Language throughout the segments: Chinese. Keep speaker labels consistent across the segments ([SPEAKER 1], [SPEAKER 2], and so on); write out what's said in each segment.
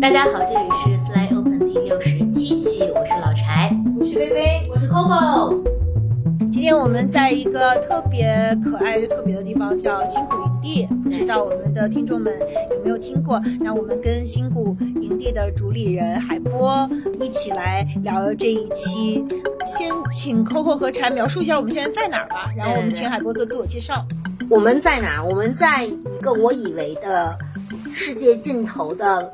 [SPEAKER 1] 大家好，这里是 Slide Open 第六十七期，我是老柴，
[SPEAKER 2] 我是薇薇，
[SPEAKER 1] 我是 Coco。
[SPEAKER 2] 今天我们在一个特别可爱又特别的地方，叫新谷营地。不知道我们的听众们有没有听过？那我们跟新谷营地的主理人海波一起来聊这一期。先请 Coco 和柴描述一下我们现在在哪儿吧，然后我们请海波做自我介绍。
[SPEAKER 3] 我们在哪？我们在一个我以为的世界尽头的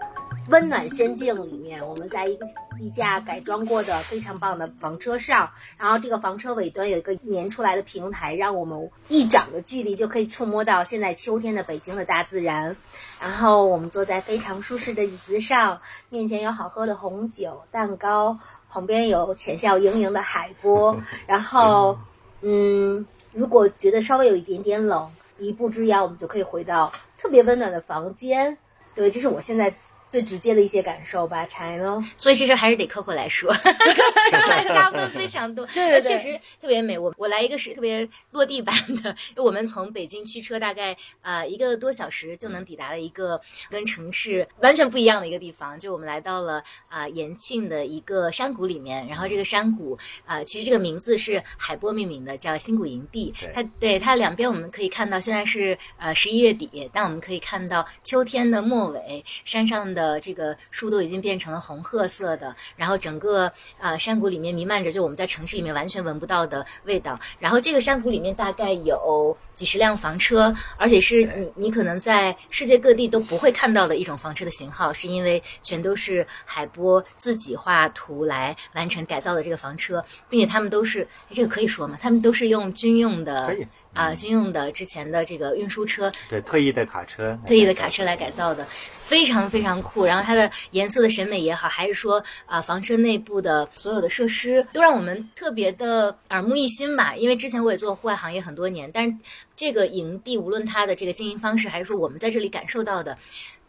[SPEAKER 3] 温暖仙境里面，我们在一个一架改装过的非常棒的房车上，然后这个房车尾端有一个粘出来的平台，让我们一掌的距离就可以触摸到现在秋天的北京的大自然。然后我们坐在非常舒适的椅子上，面前有好喝的红酒、蛋糕，旁边有浅笑盈盈的海波，然后嗯。如果觉得稍微有一点点冷，一步之遥，我们就可以回到特别温暖的房间。对，这是我现在最直接的一些感受吧。柴呢？
[SPEAKER 1] 所以这事儿还是得 Coco 来说，Coco 来加分非常多。
[SPEAKER 2] 对对对
[SPEAKER 1] 确实特别美。我我来一个是特别落地版的， 我们从北京驱车大概呃一个多小时就能抵达的一个跟城市完全不一样的一个地方，就我们来到了啊、呃延庆的一个山谷里面，然后这个山谷啊、呃其实这个名字是海波命名的，叫新谷营地。
[SPEAKER 4] 对
[SPEAKER 1] 它对它两边我们可以看到，现在是呃十一月底，但我们可以看到秋天的末尾，山上的这个树都已经变成了红褐色的，然后整个呃山谷里面弥漫着就我们在城市里面完全闻不到的味道。然后这个山谷里面大概有几十辆房车，而且是你你可能在世界各地都不会看到的一种房车的型号，是因为全都是海波自己画图来完成改造的这个房车，并且他们都是哎这个可以说吗？他们都是用军用的
[SPEAKER 4] 可以
[SPEAKER 1] 啊、军用的之前的这个运输车
[SPEAKER 4] 对退役的卡车，
[SPEAKER 1] 特意的卡车来改造的，非常非常酷。然后它的颜色的审美也好，还是说啊、房车内部的所有的设施，都让我们特别的耳目一新吧。因为之前我也做户外行业很多年，但是这个营地无论它的这个经营方式，还是说我们在这里感受到的。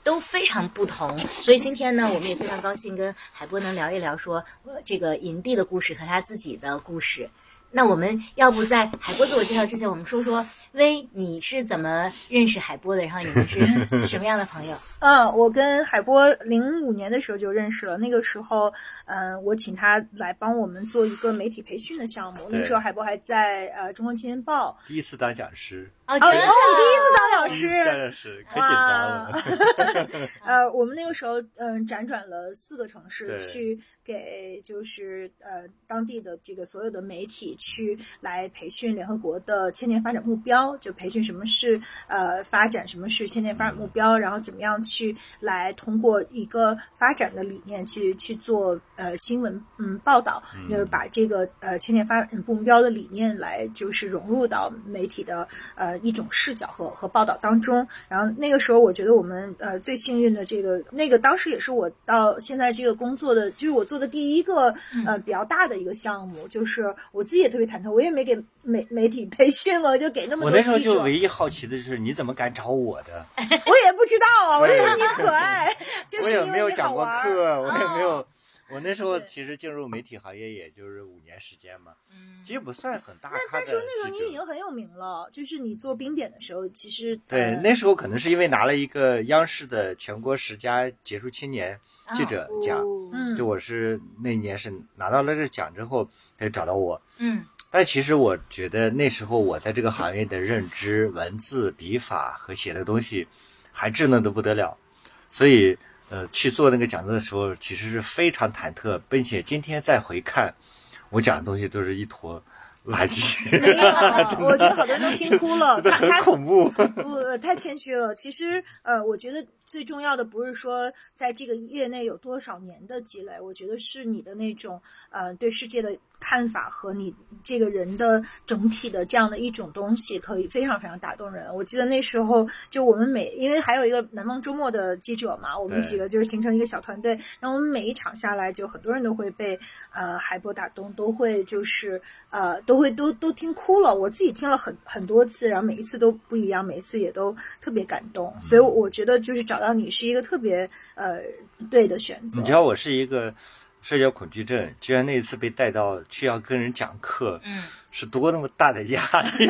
[SPEAKER 1] 都非常不同，所以今天呢，我们也非常高兴跟海波能聊一聊说，呃这个营地的故事和他自己的故事。那我们要不在海波自我介绍之前，我们说说薇，你是怎么认识海波的？然后你们是 什么样的朋友？
[SPEAKER 2] 嗯，我跟海波零五年的时候就认识了，那个时候，嗯、我请他来帮我们做一个媒体培训的项目。那个时候海波还在呃《中国青年报》
[SPEAKER 4] 第一次当讲师，
[SPEAKER 1] 哦，
[SPEAKER 2] 哦，
[SPEAKER 1] 真
[SPEAKER 2] 你
[SPEAKER 1] 的
[SPEAKER 2] 是
[SPEAKER 1] 啊
[SPEAKER 2] 你第一次当老师。
[SPEAKER 4] 第一次当讲师可简
[SPEAKER 2] 啊
[SPEAKER 4] 单 了，
[SPEAKER 2] 呃，我们那个时候，嗯、辗转了四个城市，
[SPEAKER 4] 对
[SPEAKER 2] 去给就是呃当地的这个所有的媒体去来培训联合国的千年发展目标，就培训什么是呃发展，什么是千年发展目标，然后怎么样去来通过一个发展的理念去去做呃新闻嗯报道，
[SPEAKER 4] 嗯
[SPEAKER 2] 就是把这个呃千年发展目标的理念来就是融入到媒体的呃一种视角和和报道当中。然后那个时候，我觉得我们呃最幸运的这个那个，当时也是我到现在这个工作的，就是我做的第一个呃比较大的一个项目，就是我自己也特别忐忑，我也没给媒媒体培训了，就给那么
[SPEAKER 4] 我
[SPEAKER 2] 多
[SPEAKER 4] 那时候
[SPEAKER 2] 记者，
[SPEAKER 4] 就
[SPEAKER 2] 我
[SPEAKER 4] 唯一好奇的就是你怎么敢找我的？
[SPEAKER 2] 也不知道啊，我
[SPEAKER 4] 我也
[SPEAKER 2] 觉得你可爱， 就
[SPEAKER 4] 我
[SPEAKER 2] 是
[SPEAKER 4] 也
[SPEAKER 2] 因
[SPEAKER 4] 没
[SPEAKER 2] 为
[SPEAKER 4] 有
[SPEAKER 2] 你
[SPEAKER 4] 讲
[SPEAKER 2] 好
[SPEAKER 4] 过
[SPEAKER 2] 玩儿。哦
[SPEAKER 4] 课，啊我也没有。我那时候
[SPEAKER 2] 对
[SPEAKER 4] 其实进入媒体行业也就是五年时间嘛，
[SPEAKER 1] 嗯
[SPEAKER 4] 其实不算很大
[SPEAKER 2] 但
[SPEAKER 4] 咖
[SPEAKER 2] 但
[SPEAKER 4] 的
[SPEAKER 2] 是那时候你
[SPEAKER 4] 记者
[SPEAKER 2] 已经很有名了，就是你做冰点的时候，其实
[SPEAKER 4] 对
[SPEAKER 2] 呃
[SPEAKER 4] 那时候可能是因为拿了一个央视的全国十佳杰出青年
[SPEAKER 2] 啊
[SPEAKER 4] 记者奖，
[SPEAKER 3] 嗯，
[SPEAKER 2] 嗯
[SPEAKER 4] 就我是那年是拿到了这奖之后，他就找到我，
[SPEAKER 1] 嗯
[SPEAKER 4] 但其实我觉得那时候我在这个行业的认知、文字、笔法和写的东西还稚嫩的不得了，所以呃去做那个讲座的时候，其实是非常忐忑，并且今天再回看，我讲的东西都是一坨垃 圾，
[SPEAKER 2] 没有，我觉得好多人都听哭 了。他
[SPEAKER 4] 很
[SPEAKER 2] 他
[SPEAKER 4] 恐怖。
[SPEAKER 2] 不不太谦虚了。其实，呃，我觉得最重要的不是说在这个业内有多少年的积累，我觉得是你的那种呃对世界的看法和你这个人的整体的这样的一种东西，可以非常非常打动人。我记得那时候就我们每因为还有一个南方周末的记者嘛，我们
[SPEAKER 4] 对
[SPEAKER 2] 几个就是形成一个小团队，那我们每一场下来，就很多人都会被呃海波打动，都会就是呃都会都都听哭了。我自己听了很很多次，然后每一次都不一样，每一次也都特别感动。所以我觉得就是找到你是一个特别呃对的选择
[SPEAKER 4] 你。知道我是一个社交恐惧症，居然那一次被带到去要跟人讲课，
[SPEAKER 1] 嗯，
[SPEAKER 4] 是多那么大的压力。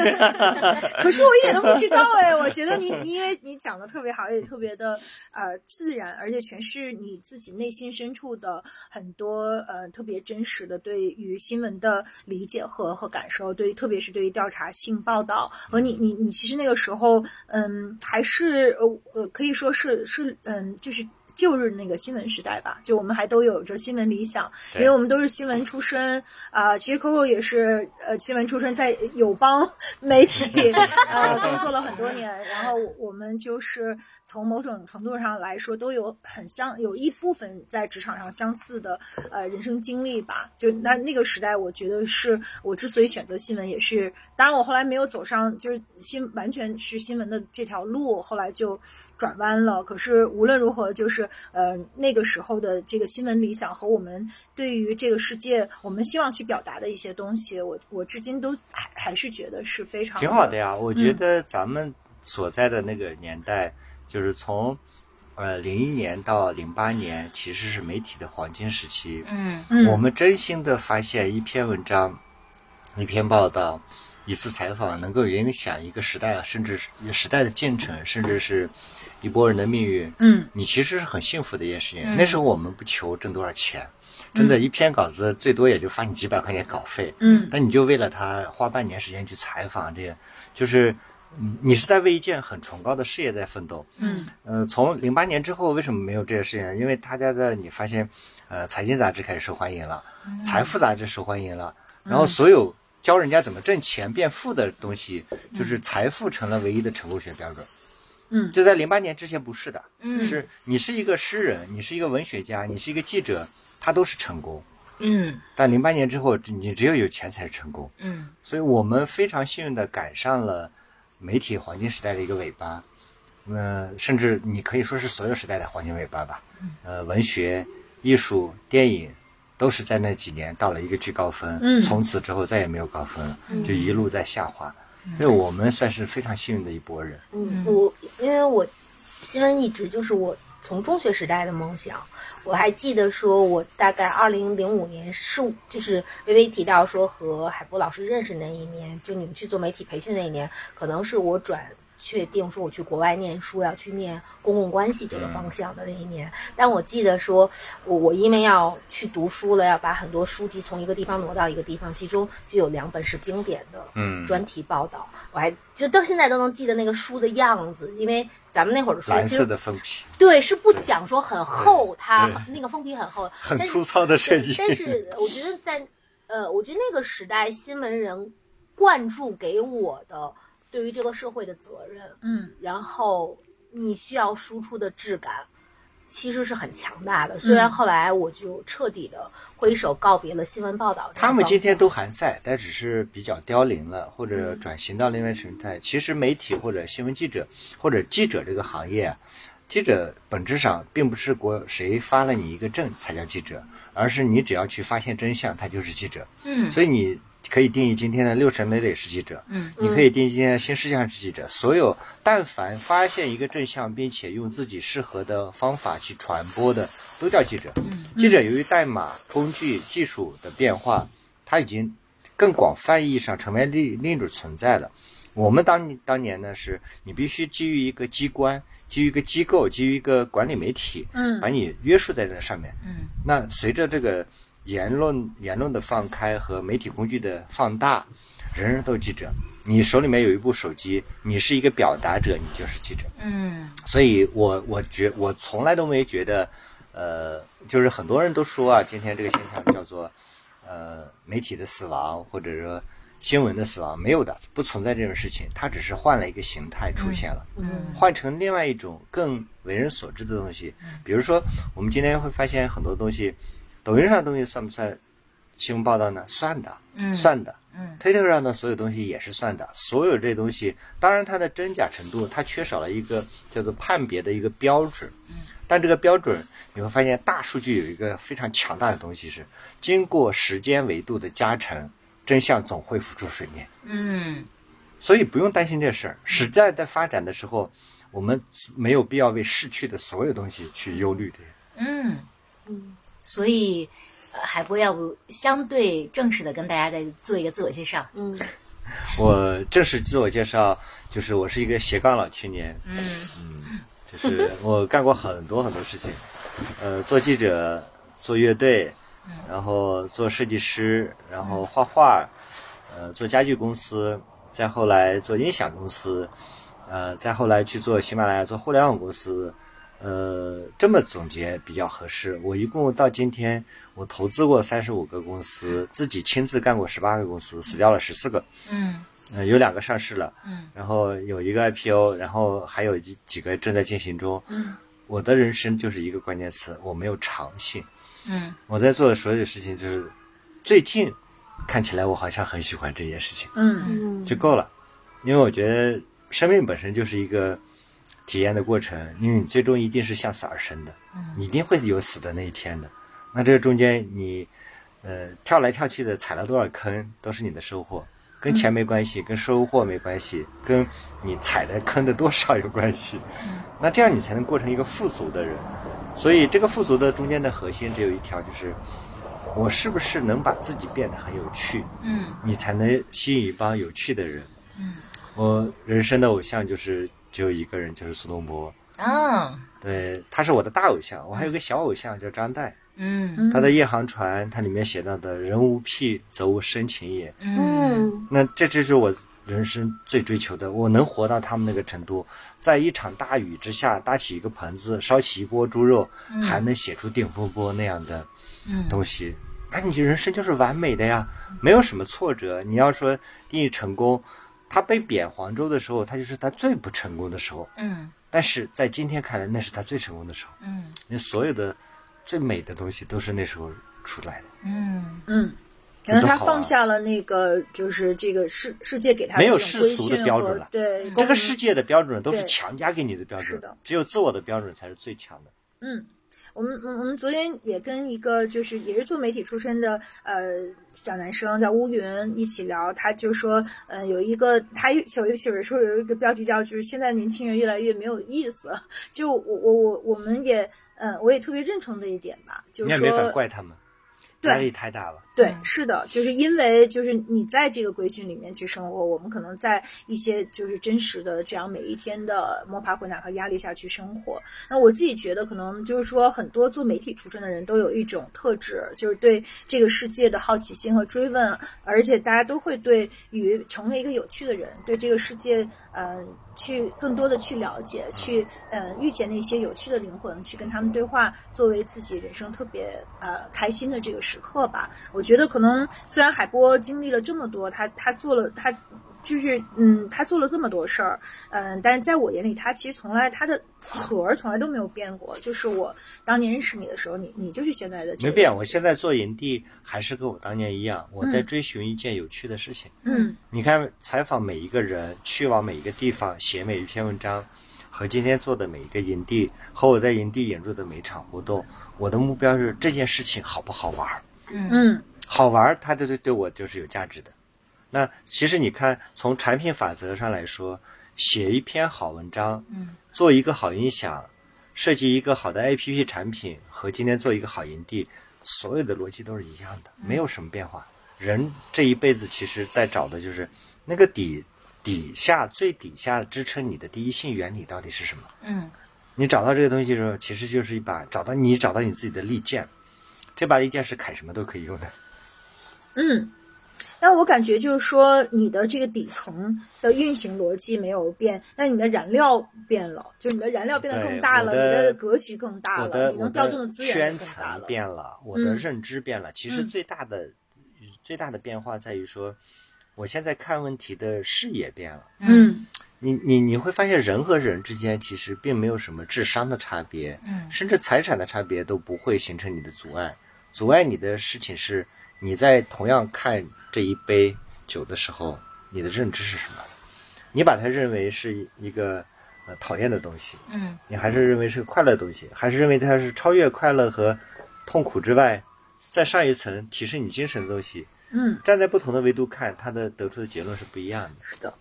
[SPEAKER 2] 可是我一点都不知道哎，我觉得你你因为你讲的特别好，也特别的呃自然，而且全是你自己内心深处的很多呃特别真实的对于新闻的理解和和感受，对于特别是对于调查性报道和你你你其实那个时候嗯还是呃呃可以说是是嗯就是。旧日那个新闻时代吧，就我们还都有着新闻理想，因为我们都是新闻出身啊、其实 Coco 也是呃新闻出身，在友邦媒体呃工作了很多年，然后我们就是从某种程度上来说，都有很相有一部分在职场上相似的呃人生经历吧。就那那个时代，我觉得是我之所以选择新闻，也是当然我后来没有走上就是新完全是新闻的这条路，后来就。转弯了。可是无论如何，就是呃那个时候的这个新闻理想和我们对于这个世界，我们希望去表达的一些东西，我我至今都还还是觉得是非常
[SPEAKER 4] 挺好的呀。我觉得咱们所在的那个年代，就是从呃零一年到零八年，其实是媒体的黄金时期。
[SPEAKER 1] 嗯
[SPEAKER 2] 嗯
[SPEAKER 4] 我们真心的发现，一篇文章、一篇报道、一次采访，能够影响一个时代，甚至是时代的进程，甚至是一波人的命运。
[SPEAKER 2] 嗯，
[SPEAKER 4] 你其实是很幸福的一件事情。
[SPEAKER 1] 嗯
[SPEAKER 4] 那时候我们不求挣多少钱，真的，一篇稿子最多也就发你几百块钱稿费。
[SPEAKER 2] 嗯
[SPEAKER 4] 但你就为了他花半年时间去采访，这个就是嗯你是在为一件很崇高的事业在奋斗。
[SPEAKER 2] 嗯
[SPEAKER 4] 呃，从零八年之后，为什么没有这件事情呢？因为大家的你发现，呃，财经杂志开始受欢迎了，财富杂志受欢迎了，然后所有教人家怎么挣钱变富的东西，就是财富成了唯一的成功学标准。
[SPEAKER 2] 嗯
[SPEAKER 4] 就在零八年之前不是的，
[SPEAKER 1] 嗯
[SPEAKER 4] 是你是一个诗人，你是一个文学家，你是一个记者，他都是成功。
[SPEAKER 1] 嗯
[SPEAKER 4] 但零八年之后，你只有有钱才是成功。
[SPEAKER 1] 嗯
[SPEAKER 4] 所以我们非常幸运的赶上了媒体黄金时代的一个尾巴，呃，甚至你可以说是所有时代的黄金尾巴吧。
[SPEAKER 1] 嗯
[SPEAKER 4] 呃，文学、艺术、电影都是在那几年到了一个巨高峰，
[SPEAKER 2] 嗯
[SPEAKER 4] 从此之后再也没有高峰了，
[SPEAKER 1] 嗯
[SPEAKER 4] 就一路在下滑。所以我们算是非常幸运的一波人。
[SPEAKER 1] 嗯，
[SPEAKER 3] 嗯我因为我新闻一直就是我从中学时代的梦想。我还记得说，我大概二零零五年是就是微微提到说和海波老师认识那一年，就你们去做媒体培训那一年，可能是我转确定说我去国外念书要去念公共关系这个方向的那一年。但我记得说，我我因为要去读书了，要把很多书籍从一个地方挪到一个地方，其中就有两本是经典的，
[SPEAKER 4] 嗯
[SPEAKER 3] 专题报道，我还就到现在都能记得那个书的样子，因为咱们那会儿的书
[SPEAKER 4] 蓝
[SPEAKER 3] 其
[SPEAKER 4] 色
[SPEAKER 3] 实
[SPEAKER 4] 的封皮，
[SPEAKER 3] 对是不讲说很厚，它
[SPEAKER 4] 对
[SPEAKER 3] 那个封皮很厚，
[SPEAKER 4] 很
[SPEAKER 3] 但是
[SPEAKER 4] 粗糙的设
[SPEAKER 3] 对
[SPEAKER 4] 计。
[SPEAKER 3] 但 是我觉得在呃，我觉得那个时代新闻人灌注给我的对于这个社会的责任，
[SPEAKER 2] 嗯
[SPEAKER 3] 然后你需要输出的质感，其实是很强大的。
[SPEAKER 1] 嗯
[SPEAKER 3] 虽然后来我就彻底的挥手告别了新闻报道这个
[SPEAKER 4] 他们今
[SPEAKER 3] 方向
[SPEAKER 4] 天都还在，但只是比较凋零了，或
[SPEAKER 3] 嗯
[SPEAKER 4] 者转型到另外形态。其实媒体或者新闻记者或者记者这个行业啊，记者本质上并不是国谁发了你一个证才叫记者，而是你只要去发现真相，他就是记者。
[SPEAKER 1] 嗯
[SPEAKER 4] 所以你可以定义今天的六神磊磊是记者，
[SPEAKER 1] 嗯，
[SPEAKER 4] 你可以定义今天的新世界是记者。所有但凡发现一个真相，并且用自己适合的方法去传播的，都叫记者。
[SPEAKER 1] 嗯
[SPEAKER 4] 记者由于代码、工具、技术的变化，它已经更广泛意义上成为另另一种存在了。我们当当年呢，是你必须基于一个机关、基于一个机构、基于一个管理媒体，
[SPEAKER 2] 嗯
[SPEAKER 4] 把你约束在这上面。
[SPEAKER 1] 嗯，
[SPEAKER 4] 那随着这个言论言论的放开和媒体工具的放大，人人都是记者。你手里面有一部手机，你是一个表达者，你就是记者。
[SPEAKER 1] 嗯
[SPEAKER 4] 所以我我觉我从来都没觉得，呃，就是很多人都说啊，今天这个现象叫做，呃，媒体的死亡，或者说新闻的死亡，没有的，不存在这种事情，它只是换了一个形态出现了，
[SPEAKER 1] 嗯
[SPEAKER 4] 换成另外一种更为人所知的东西。比如说，我们今天会发现很多东西，抖音上的东西算不算新闻报道呢？算的，
[SPEAKER 1] 嗯
[SPEAKER 4] 算的。
[SPEAKER 1] 嗯
[SPEAKER 4] 推特上的所有东西也是算的，所有这东西，当然它的真假程度，它缺少了一个叫做判别的一个标准。
[SPEAKER 1] 嗯
[SPEAKER 4] 但这个标准，你会发现大数据有一个非常强大的东西是，经过时间维度的加成，真相总会浮出水面。
[SPEAKER 1] 嗯
[SPEAKER 4] 所以不用担心这事儿。时代在发展的时候，我们没有必要为逝去的所有东西去忧虑的。
[SPEAKER 1] 嗯
[SPEAKER 3] 嗯，
[SPEAKER 1] 所以呃海波要不相对正式的跟大家再做一个自我介绍？
[SPEAKER 3] 嗯，
[SPEAKER 4] 我正式自我介绍，就是我是一个斜杠老青年，
[SPEAKER 1] 嗯
[SPEAKER 4] 就是我干过很多很多事情，呃，做记者，做乐队，然后做设计师，然后画画，呃，做家具公司，再后来做音响公司，呃，再后来去做喜马拉雅做互联网公司，呃，这么总结比较合适。我一共到今天，我投资过三十五个公司，自己亲自干过十八个公司，死掉了十四个。
[SPEAKER 1] 嗯
[SPEAKER 4] 呃，有两个上市了，
[SPEAKER 1] 嗯，
[SPEAKER 4] 然后有一个 IPO，然后还有几几个正在进行中，嗯，我的人生就是一个关键词，我没有长性，
[SPEAKER 1] 嗯
[SPEAKER 4] 我在做的所有事情就是，最近看起来我好像很喜欢这件事情
[SPEAKER 2] 嗯
[SPEAKER 3] 嗯
[SPEAKER 4] 就够了，因为我觉得生命本身就是一个体验的过程，因为你最终一定是向死而生的，你一定会有死的那一天的，那这中间你呃跳来跳去的踩了多少坑都是你的收获。跟钱没关系，跟收获没关系，跟你踩的坑的多少有关系。那这样你才能过成一个富足的人。所以这个富足的中间的核心只有一条，就是我是不是能把自己变得很有趣，
[SPEAKER 1] 嗯
[SPEAKER 4] 你才能吸引一帮有趣的人。
[SPEAKER 1] 嗯，
[SPEAKER 4] 我人生的偶像就是只有一个人，就是苏东坡。
[SPEAKER 1] 哦
[SPEAKER 4] 对，他是我的大偶像，我还有个小偶像叫张岱。
[SPEAKER 1] 嗯
[SPEAKER 4] 他的《夜航船》，它里面写到的“人无癖则无深情也”，
[SPEAKER 1] 嗯
[SPEAKER 3] 嗯
[SPEAKER 4] 那这就是我人生最追求的。我能活到他们那个程度，在一场大雨之下搭起一个棚子，烧起一锅猪肉，还能写出《定风波》那样的
[SPEAKER 1] 嗯
[SPEAKER 4] 东西，那你人生就是完美的呀，没有什么挫折。你要说定义成功，他被贬黄州的时候，他就是他最不成功的时候。
[SPEAKER 1] 嗯
[SPEAKER 4] 但是在今天看来，那是他最成功的时候。
[SPEAKER 1] 嗯
[SPEAKER 4] 你所有的最美的东西都是那时候出来的。
[SPEAKER 1] 嗯
[SPEAKER 2] 嗯，可能他
[SPEAKER 4] 都好啊
[SPEAKER 2] 放下了那个，就是这个世世界给他的
[SPEAKER 4] 没有
[SPEAKER 2] 这种
[SPEAKER 4] 世俗
[SPEAKER 2] 规
[SPEAKER 4] 的
[SPEAKER 2] 训
[SPEAKER 4] 标
[SPEAKER 2] 和
[SPEAKER 4] 准了
[SPEAKER 2] 对，
[SPEAKER 4] 这个
[SPEAKER 2] 公
[SPEAKER 4] 世界的标准都是
[SPEAKER 2] 对
[SPEAKER 4] 强加给你的标准，
[SPEAKER 2] 是的
[SPEAKER 4] 只有自我的标准才是最强的。
[SPEAKER 2] 嗯，我们我们我们昨天也跟一个就是也是做媒体出身的呃小男生叫乌云一起聊，他就说，呃，有一个他有有一本书有一个标题叫就是现在年轻人越来越没有意思，就我我我我们也嗯、呃我也特别认同这一点吧，就
[SPEAKER 4] 你
[SPEAKER 2] 是
[SPEAKER 4] 也没法
[SPEAKER 2] 说
[SPEAKER 4] 怪他们，
[SPEAKER 2] 对
[SPEAKER 4] 压力太大了。
[SPEAKER 2] 对，
[SPEAKER 1] 嗯
[SPEAKER 2] 是的，就是因为就是你在这个规训里面去生活，我们可能在一些就是真实的这样每一天的摸爬滚打和压力下去生活。那我自己觉得，可能就是说，很多做媒体出身的人都有一种特质，就是对这个世界的好奇心和追问，而且大家都会对于成为一个有趣的人，对这个世界，嗯、去更多的去了解，去呃遇见那些有趣的灵魂，去跟他们对话，作为自己人生特别呃开心的这个时刻吧。我觉得可能虽然海波经历了这么多，他他做了他就是嗯，他做了这么多事儿，嗯，但是在我眼里，他其实从来他的核儿从来都没有变过。就是我当年认识你的时候，你你就是现在的这
[SPEAKER 4] 没
[SPEAKER 2] 个
[SPEAKER 4] 变，
[SPEAKER 2] 样
[SPEAKER 4] 我
[SPEAKER 2] 子
[SPEAKER 4] 现在做营地还是跟我当年一样，我在
[SPEAKER 2] 嗯
[SPEAKER 4] 追寻一件有趣的事情。
[SPEAKER 2] 嗯
[SPEAKER 4] 你看，采访每一个人，去往每一个地方，写每一篇文章，和今天做的每一个营地，和我在营地演出的每一场活动，我的目标是这件事情好不好玩儿。
[SPEAKER 2] 嗯
[SPEAKER 4] 好玩儿，它对对对我就是有价值的。那其实你看，从产品法则上来说，写一篇好文章，
[SPEAKER 1] 嗯，
[SPEAKER 4] 做一个好音响，设计一个好的 APP 产品，和今天做一个好营地，所有的逻辑都是一样的，
[SPEAKER 1] 嗯
[SPEAKER 4] 没有什么变化。人这一辈子其实在找的就是那个底底下最底下支撑你的第一性原理到底是什么。
[SPEAKER 1] 嗯
[SPEAKER 4] 你找到这个东西的时候，其实就是一把找到你找到你自己的利剑，这把利剑是砍什么都可以用的。
[SPEAKER 2] 嗯。但我感觉就是说，你的这个底层的运行逻辑没有变，但你的燃料变了，就是你的燃料变得
[SPEAKER 4] 对
[SPEAKER 2] 更大了，
[SPEAKER 4] 我的
[SPEAKER 2] 你的格局更大
[SPEAKER 4] 我
[SPEAKER 2] 了，
[SPEAKER 4] 的
[SPEAKER 2] 你
[SPEAKER 4] 我
[SPEAKER 2] 能调动的资源
[SPEAKER 4] 圈
[SPEAKER 2] 也更大
[SPEAKER 4] 层
[SPEAKER 2] 了。
[SPEAKER 4] 变了，我的
[SPEAKER 2] 嗯
[SPEAKER 4] 认知变了。其实
[SPEAKER 2] 嗯
[SPEAKER 4] 最大的、最大的变化在于说，我现在看问题的视野变了。
[SPEAKER 2] 嗯
[SPEAKER 4] 你你你会发现，人和人之间其实并没有什么智商的差别，
[SPEAKER 1] 嗯
[SPEAKER 4] 甚至财产的差别都不会形成你的阻碍。阻碍你的事情是你在同样看这一杯酒的时候，你的认知是什么？你把它认为是一个呃讨厌的东西，
[SPEAKER 1] 嗯
[SPEAKER 4] 你还是认为是个快乐的东西，还是认为它是超越快乐和痛苦之外，再上一层提升你精神的东西。
[SPEAKER 2] 嗯，
[SPEAKER 4] 站在不同的维度看，它的得出的结论是不一样的。
[SPEAKER 2] 是的。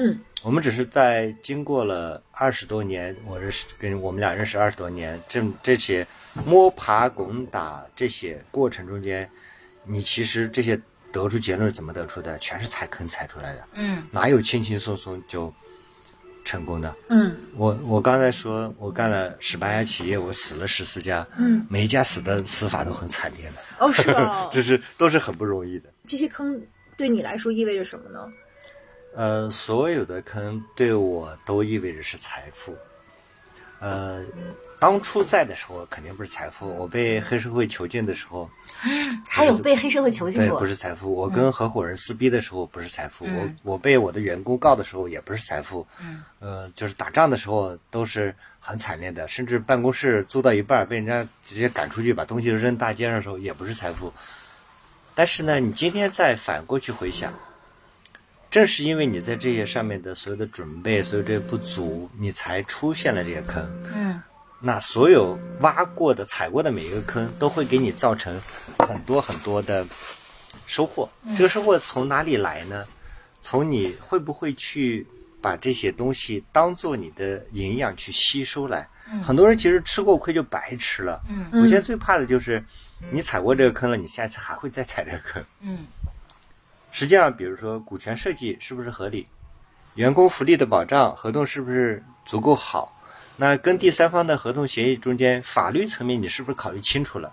[SPEAKER 2] 嗯，
[SPEAKER 4] 我们只是在经过了二十多年，我认识跟我们俩认识二十多年，这这些摸爬滚打这些过程中间，你其实这些得出结论是怎么得出的，全是踩坑踩出来的，
[SPEAKER 1] 嗯
[SPEAKER 4] 哪有轻轻松松就成功的？
[SPEAKER 2] 嗯
[SPEAKER 4] 我我刚才说我干了十八家企业，我死了十四家，
[SPEAKER 2] 嗯，
[SPEAKER 4] 每一家死的死法都很惨烈的，？
[SPEAKER 2] 哦，是吧
[SPEAKER 4] 这是都是很不容易的。
[SPEAKER 2] 这些坑对你来说意味着什么呢？
[SPEAKER 4] 呃，所有的坑对我都意味着是财富。呃，当初在的时候肯定不是财富，我被黑社会囚禁的时候，
[SPEAKER 1] 还有被黑社会囚禁
[SPEAKER 4] 对，
[SPEAKER 1] 过
[SPEAKER 4] 不，是财富。我跟合伙人撕逼的时候不是财富，
[SPEAKER 1] 嗯
[SPEAKER 4] 我我被我的员工告的时候也不是财富。
[SPEAKER 1] 嗯，
[SPEAKER 4] 呃，就是打仗的时候都是很惨烈的，甚至办公室租到一半被人家直接赶出去，把东西扔大街上的时候也不是财富。但是呢，你今天再反过去回想，正是因为你在这些上面的所有的准备，所有这些不足，你才出现了这些坑。
[SPEAKER 1] 嗯
[SPEAKER 4] 那所有挖过的、踩过的每一个坑，都会给你造成很多很多的收获。这个收获从哪里来呢？从你会不会去把这些东西当做你的营养去吸收来？很多人其实吃过亏就白吃了。
[SPEAKER 1] 嗯
[SPEAKER 4] 我现在最怕的就是你踩过这个坑了，你下一次还会再踩这个坑。
[SPEAKER 1] 嗯
[SPEAKER 4] 实际上，比如说股权设计是不是合理，员工福利的保障合同是不是足够好，那跟第三方的合同协议中间法律层面你是不是考虑清楚了？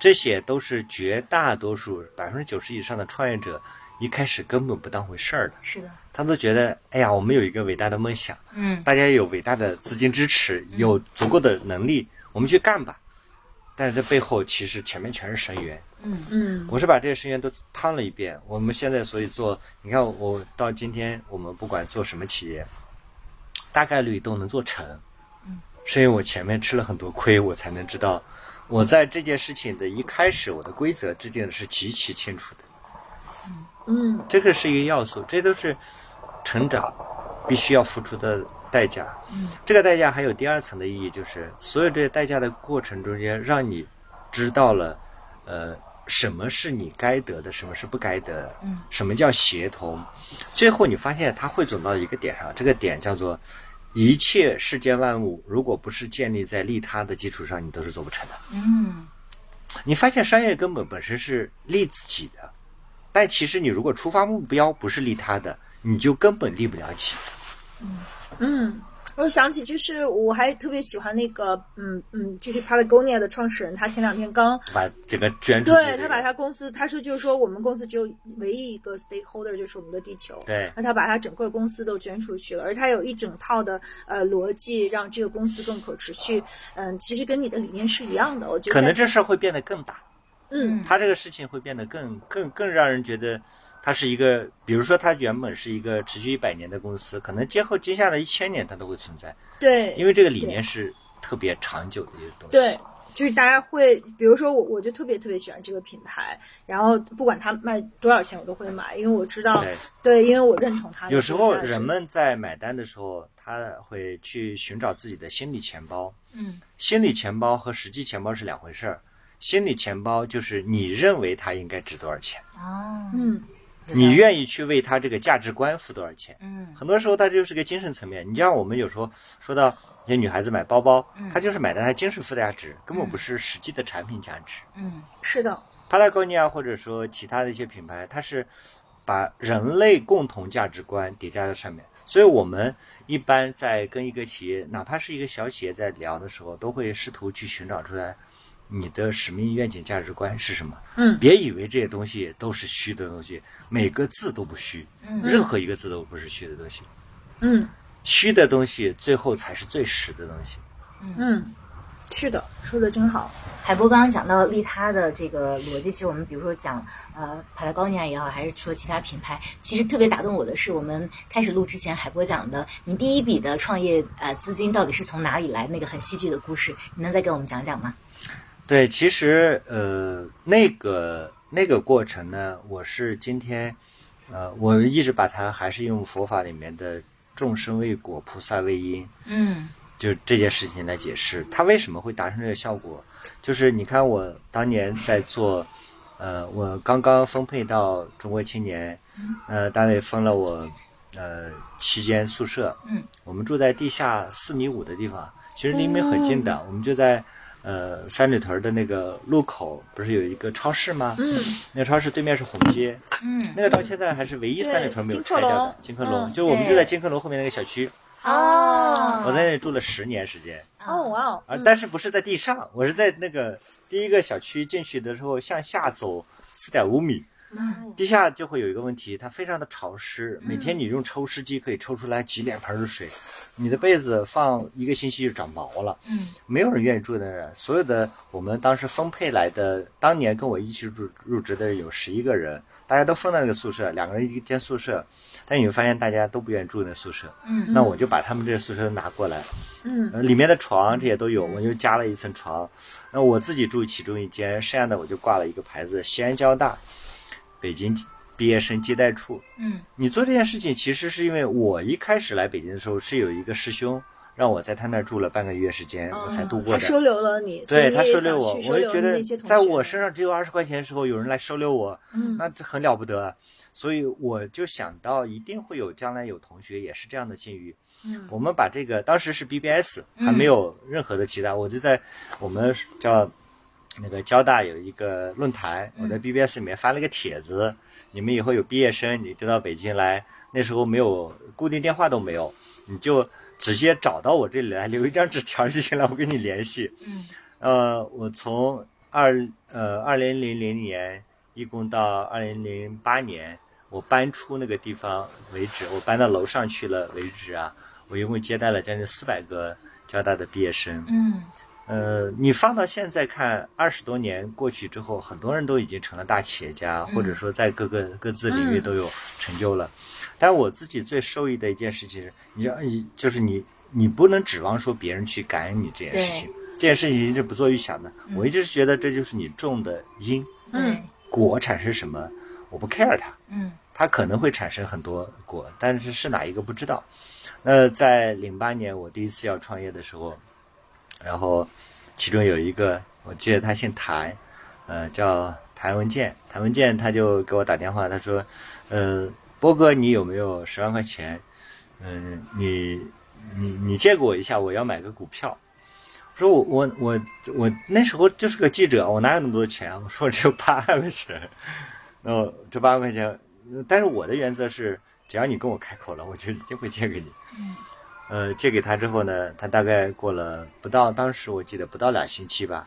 [SPEAKER 4] 这些都是绝大多数百分之九十以上的创业者一开始根本不当回事儿的，
[SPEAKER 1] 是的，
[SPEAKER 4] 他都觉得，哎呀，我们有一个伟大的梦想，
[SPEAKER 1] 嗯
[SPEAKER 4] 大家有伟大的资金支持，有足够的能力，我们去干吧。但是这背后其实前面全是深渊，
[SPEAKER 1] 嗯
[SPEAKER 2] 嗯
[SPEAKER 4] 我是把这些深渊都趟了一遍。我们现在所以做，你看我到今天，我们不管做什么企业，大概率都能做成，是因为我前面吃了很多亏，我才能知道，我在这件事情的一开始，我的规则制定的是极其清楚的。
[SPEAKER 2] 嗯
[SPEAKER 4] 这个是一个要素，这都是成长必须要付出的代价。
[SPEAKER 1] 嗯
[SPEAKER 4] 这个代价还有第二层的意义，就是所有这些代价的过程中间，让你知道了，呃，什么是你该得的，什么是不该得的，
[SPEAKER 1] 嗯
[SPEAKER 4] 什么叫协同。最后你发现它汇总到一个点上，这个点叫做一切世间万物，如果不是建立在利他的基础上，你都是做不成的。
[SPEAKER 1] 嗯
[SPEAKER 4] 你发现商业根本本身是利自己的，但其实你如果出发目标不是利他的，你就根本利不了己。
[SPEAKER 2] 嗯。我想起，就是我还特别喜欢那个，嗯嗯，就是 Patagonia 的创始人，他前两天刚
[SPEAKER 4] 把整个捐出去这
[SPEAKER 2] 对
[SPEAKER 4] 个，
[SPEAKER 2] 他把他公司，他说就是说我们公司只有唯一一个 stakeholder 就是我们的地球，
[SPEAKER 4] 对
[SPEAKER 2] 那他把他整个公司都捐出去了，而他有一整套的呃逻辑，让这个公司更可持续。嗯，其实跟你的理念是一样的，我觉得
[SPEAKER 4] 可能
[SPEAKER 2] 在
[SPEAKER 4] 这事儿会变得更大，
[SPEAKER 2] 嗯
[SPEAKER 4] 他这个事情会变得更更更让人觉得它是一个，比如说它原本是一个持续一百年的公司，可能今后接下来一千年它都会存在，
[SPEAKER 2] 对，
[SPEAKER 4] 因为这个理念是特别长久的一个东西。
[SPEAKER 2] 对，就是大家会，比如说我，我就特别特别喜欢这个品牌，然后不管它卖多少钱，我都会买，因为我知道，
[SPEAKER 4] 对
[SPEAKER 2] 对，因为我认同它的
[SPEAKER 4] 有时
[SPEAKER 2] 这个
[SPEAKER 4] 候
[SPEAKER 2] 价值
[SPEAKER 4] 人们在买单的时候，他会去寻找自己的心理钱包。
[SPEAKER 1] 嗯
[SPEAKER 4] 心理钱包和实际钱包是两回事儿。心理钱包就是你认为它应该值多少钱，
[SPEAKER 1] 哦，
[SPEAKER 2] 嗯
[SPEAKER 4] 你愿意去为它这个价值观付多少钱。
[SPEAKER 1] 嗯
[SPEAKER 4] 很多时候它就是个精神层面。你像我们有时候说到一些女孩子买包包，她就是买的它精神附加值，根本不是实际的产品价值。
[SPEAKER 1] 嗯
[SPEAKER 2] 是的，
[SPEAKER 4] 帕拉贡尼亚啊或者说其他的一些品牌，它是把人类共同价值观叠加在上面。所以我们一般在跟一个企业，哪怕是一个小企业在聊的时候，都会试图去寻找出来你的使命、愿景、价值观是什么。
[SPEAKER 2] 嗯
[SPEAKER 4] 别以为这些东西都是虚的东西，每个字都不虚，
[SPEAKER 1] 嗯
[SPEAKER 4] 任何一个字都不是虚的东西。
[SPEAKER 2] 嗯
[SPEAKER 4] 虚的东西最后才是最实的东西。
[SPEAKER 2] 嗯，是的，说的真好，
[SPEAKER 1] 海波刚刚讲到利他的这个逻辑，其实我们比如说讲呃 Patagonia 也好，还是说其他品牌，其实特别打动我的是，我们开始录之前海波讲的，你第一笔的创业呃资金到底是从哪里来，那个很戏剧的故事，你能再给我们讲讲吗？
[SPEAKER 4] 对，其实呃，那个那个过程呢，我是今天，呃，我一直把它还是用佛法里面的众生为果，菩萨为因，
[SPEAKER 1] 嗯
[SPEAKER 4] 就这件事情来解释，它为什么会达成这个效果。就是你看我当年在做，呃，我刚刚分配到中国青年，呃，单位分了我呃期间宿舍，
[SPEAKER 1] 嗯，
[SPEAKER 4] 我们住在地下四米五的地方，其实离你们很近
[SPEAKER 2] 哦
[SPEAKER 4] 的，我们就在呃三里屯的那个路口，不是有一个超市吗？
[SPEAKER 2] 嗯，
[SPEAKER 4] 那个超市对面是红街，
[SPEAKER 1] 嗯，
[SPEAKER 4] 那个到现在还是唯一三里屯没有拆掉的
[SPEAKER 2] 金
[SPEAKER 4] 金
[SPEAKER 2] 客
[SPEAKER 4] 客
[SPEAKER 2] 隆
[SPEAKER 4] 隆，
[SPEAKER 2] 嗯
[SPEAKER 4] 就我们就
[SPEAKER 1] 对
[SPEAKER 4] 在金客隆后面那个小区，
[SPEAKER 3] 哦
[SPEAKER 4] 我在那里住了十年时间。
[SPEAKER 2] 哦哇哦，
[SPEAKER 4] 啊，但是不是在地上，我是在那个第一个小区进去的时候向下走四点五米，
[SPEAKER 1] 嗯
[SPEAKER 4] 地下就会有一个问题，它非常的潮湿，每天你用抽湿机可以抽出来几脸盆儿的水，你的被子放一个星期就长毛了，
[SPEAKER 1] 嗯，
[SPEAKER 4] 没有人愿意住在那儿，所有的我们当时分配来的，当年跟我一起入入职的有十一个人，大家都分到那个宿舍，两个人一间宿舍，但你会发现大家都不愿意住那宿舍，
[SPEAKER 1] 嗯，
[SPEAKER 4] 那我就把他们这个宿舍拿过来。
[SPEAKER 2] 嗯
[SPEAKER 4] 呃，里面的床这些都有，我就加了一层床。那我自己住其中一间，剩下的我就挂了一个牌子：西安交大北京毕业生接待处。
[SPEAKER 1] 嗯，
[SPEAKER 4] 你做这件事情，其实是因为我一开始来北京的时候是有一个师兄让我在他那儿住了半个月时间，我才度过
[SPEAKER 2] 哦他
[SPEAKER 4] 的。
[SPEAKER 2] 收留了你，
[SPEAKER 4] 对他
[SPEAKER 2] 收
[SPEAKER 4] 留我，
[SPEAKER 2] 收
[SPEAKER 4] 我
[SPEAKER 2] 留
[SPEAKER 4] 就觉
[SPEAKER 2] 你
[SPEAKER 4] 得
[SPEAKER 2] 那些同
[SPEAKER 4] 在
[SPEAKER 2] 学
[SPEAKER 4] 我身上只有二十块钱的时候，有人来收留我，
[SPEAKER 2] 嗯
[SPEAKER 4] 那这很了不得。啊所以我就想到，一定会有将来有同学也是这样的境遇。
[SPEAKER 2] 嗯
[SPEAKER 4] 我们把这个当时是 BBS，还
[SPEAKER 1] 嗯
[SPEAKER 4] 没有任何的其他，我就在我们叫那个交大有一个论坛，我在
[SPEAKER 2] 嗯
[SPEAKER 4] BBS 里面发了一个帖子，你们以后有毕业生，你就到北京来，那时候没有固定电话都没有，你就直接找到我这里来，留一张纸条就行了，我跟你联系。
[SPEAKER 1] 嗯，
[SPEAKER 4] 呃，我从二呃二零零零年一共到二零零八年，我搬出那个地方为止，我搬到楼上去了为止啊，我一共接待了将近四百个交大的毕业生。
[SPEAKER 1] 嗯
[SPEAKER 4] 呃，你放到现在看，二十多年过去之后，很多人都已经成了大企业家，或者说在各个各自领域都有成就了。但我自己最受益的一件事情是，你知道，你就是你，你不能指望说别人去感恩你这件事情，这件事情一直不做预想的。我一直是觉得这就是你种的因，
[SPEAKER 2] 嗯
[SPEAKER 1] 对，
[SPEAKER 4] 果产生什么，我不 care 它。
[SPEAKER 1] 嗯
[SPEAKER 4] 它可能会产生很多果，但是是哪一个不知道。那在零八年我第一次要创业的时候，然后其中有一个我记得他姓谭，呃，叫谭文健，谭文健他就给我打电话，他说，呃，波哥你有没有十万块钱？嗯、你你你借给我一下，我要买个股票。我说我我我我那时候就是个记者，我哪有那么多钱啊？我说我只有八万块钱，那我这八万块钱，呃但是我的原则是，只要你跟我开口了，我就一定会借给你。嗯，呃，借给他之后呢，他大概过了不到，当时我记得不到两星期吧。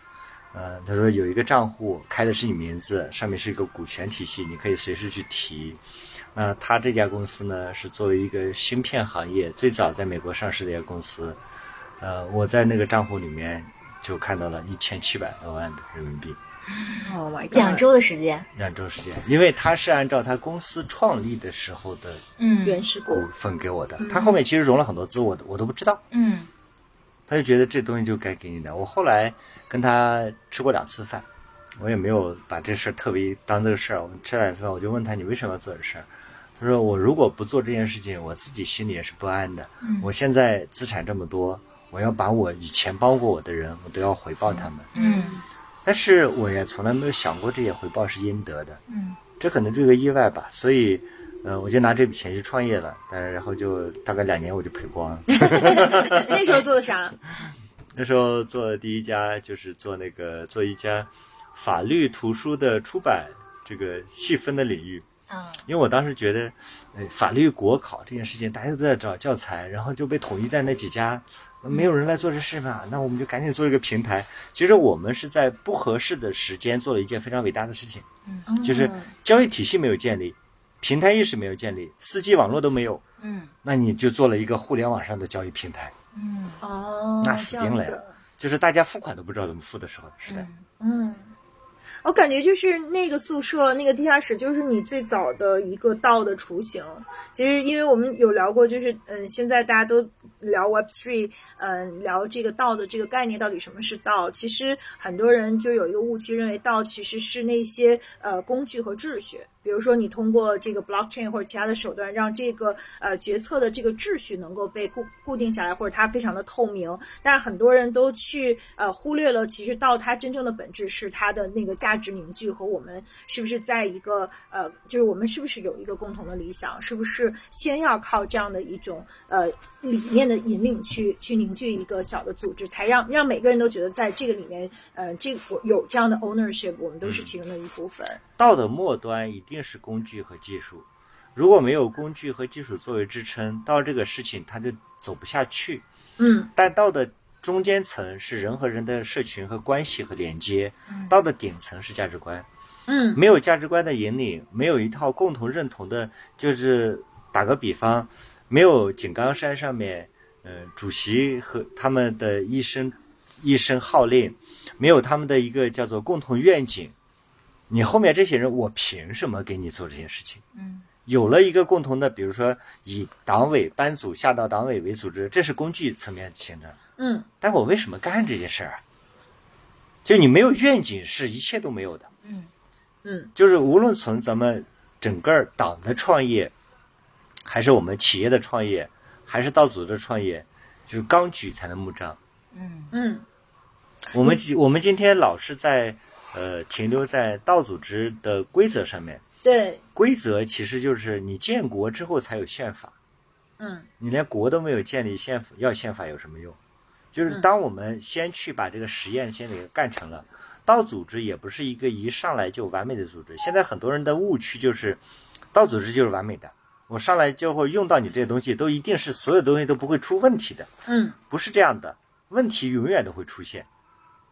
[SPEAKER 4] 呃，他说有一个账户开的是你名字，上面是一个股权体系，你可以随时去提。那他这家公司呢，是作为一个芯片行业最早在美国上市的一家公司。呃，我在那个账户里面就看到了一千七百多万的人民币。
[SPEAKER 2] ，Oh my god，
[SPEAKER 1] 两周的时间，
[SPEAKER 4] 两周时间，因为他是按照他公司创立的时候的
[SPEAKER 1] 嗯
[SPEAKER 2] 原始 股
[SPEAKER 4] 股，份给我的，他后面其实融了很多资，我我都不知道，
[SPEAKER 1] 嗯
[SPEAKER 4] 他就觉得这东西就该给你的。我后来跟他吃过两次饭，我也没有把这事儿特别当这个事儿，我们吃了两次饭，我就问他你为什么要做这事儿。他说：“我如果不做这件事情，我自己心里也是不安的。
[SPEAKER 1] 嗯
[SPEAKER 4] 我现在资产这么多，我要把我以前帮过我的人，我都要回报他们。
[SPEAKER 1] 嗯
[SPEAKER 4] 但是我也从来没有想过这些回报是应得的。
[SPEAKER 1] 嗯
[SPEAKER 4] 这可能是一个意外吧，所以，呃，我就拿这笔钱去创业了，但是然后就大概两年我就赔光了。
[SPEAKER 2] 那时候做的啥？
[SPEAKER 4] 那时候做的第一家就是做那个做一家法律图书的出版这个细分的领域，
[SPEAKER 1] 啊
[SPEAKER 4] 因为我当时觉得，呃，法律国考这件事情大家都在找教材，然后就被统一在那几家，没有人来做这事嘛，那我们就赶紧做一个平台。其实我们是在不合适的时间做了一件非常伟大的事情。就是
[SPEAKER 2] 嗯
[SPEAKER 4] 交易体系没有建立，平台意识没有建立，四 G 网络都没有，
[SPEAKER 1] 嗯
[SPEAKER 4] 那你就做了一个互联网上的交易平台，
[SPEAKER 1] 嗯
[SPEAKER 2] 哦，
[SPEAKER 4] 那死定了
[SPEAKER 2] 这
[SPEAKER 4] 呀
[SPEAKER 2] 样子！
[SPEAKER 4] 就是大家付款都不知道怎么付的时候时代。
[SPEAKER 2] 嗯，我感觉就是那个宿舍那个地下室，就是你最早的一个道的雏形。其实，因为我们有聊过，就是嗯，现在大家都聊 Web Three，嗯，聊这个道的这个概念到底什么是道。其实很多人就有一个误区，认为道其实是那些呃工具和秩序。比如说你通过这个 blockchain 或者其他的手段，让这个呃决策的这个秩序能够被固固定下来，或者它非常的透明。但是很多人都去呃忽略了，其实到它真正的本质是它的那个价值凝聚和我们是不是在一个呃，就是我们是不是有一个共同的理想，是不是先要靠这样的一种呃理念的引领去去凝聚一个小的组织，才让让每个人都觉得在这个里面呃这个我有这样的 ownership，我们都是其中的一部分。
[SPEAKER 4] 道的末端一定是工具和技术，如果没有工具和技术作为支撑，到这个事情它就走不下去。
[SPEAKER 2] 嗯，
[SPEAKER 4] 但道的中间层是人和人的社群和关系和连接，道的顶层是价值观。
[SPEAKER 2] 嗯，
[SPEAKER 4] 没有价值观的引领，没有一套共同认同的，就是打个比方，没有井冈山上面，呃，主席和他们的一声一声号令，没有他们的一个叫做共同愿景，你后面这些人，我凭什么给你做这些事情？
[SPEAKER 1] 嗯，
[SPEAKER 4] 有了一个共同的，比如说以党委班组下到党委为组织，这是工具层面形成。
[SPEAKER 2] 嗯，
[SPEAKER 4] 但我为什么干这件事儿啊？就你没有愿景，是一切都没有的。
[SPEAKER 1] 嗯
[SPEAKER 2] 嗯，
[SPEAKER 4] 就是无论从咱们整个党的创业，还是我们企业的创业，还是道组织的创业，就是纲举才能木张。
[SPEAKER 1] 嗯
[SPEAKER 2] 嗯
[SPEAKER 4] 我们今我们今天老是在呃停留在道组织的规则上面，
[SPEAKER 2] 对，
[SPEAKER 4] 规则其实就是你建国之后才有宪法。
[SPEAKER 2] 嗯
[SPEAKER 4] 你连国都没有建立，宪法要宪法有什么用？就是
[SPEAKER 2] 嗯
[SPEAKER 4] 当我们先去把这个实验先给干成了，道组织也不是一个一上来就完美的组织。现在很多人的误区就是，道组织就是完美的，我上来就会用到你这些东西，都一定是所有东西都不会出问题的，
[SPEAKER 2] 嗯
[SPEAKER 4] 不是这样的，问题永远都会出现，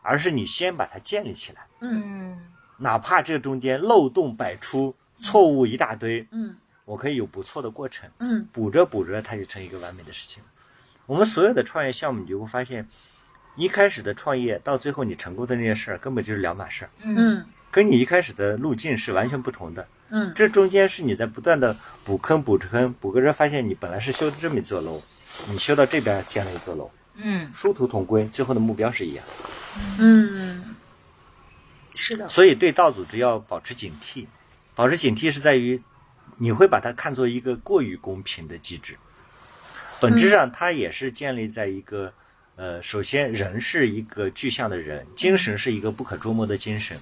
[SPEAKER 4] 而是你先把它建立起来，
[SPEAKER 1] 嗯
[SPEAKER 4] 哪怕这中间漏洞百出，错误一大堆，
[SPEAKER 2] 嗯
[SPEAKER 4] 我可以有不错的过程。
[SPEAKER 2] 嗯
[SPEAKER 4] 补着补着，它就成一个完美的事情了。我们所有的创业项目，你就会发现，一开始的创业到最后你成功的那件事儿，根本就是两码事儿，
[SPEAKER 1] 嗯
[SPEAKER 2] 嗯
[SPEAKER 4] 跟你一开始的路径是完全不同的。
[SPEAKER 2] 嗯
[SPEAKER 4] 这中间是你在不断的补坑、补坑、补个着，发现你本来是修这么一座楼，你修到这边建了一座楼，
[SPEAKER 1] 嗯
[SPEAKER 4] 殊途同归，最后的目标是一样。
[SPEAKER 2] 嗯，是的，
[SPEAKER 4] 所以对道组织要保持警惕，保持警惕是在于你会把它看作一个过于公平的机制，本质上它也是建立在一个，呃，首先人是一个具象的人，精神是一个不可捉摸的精神，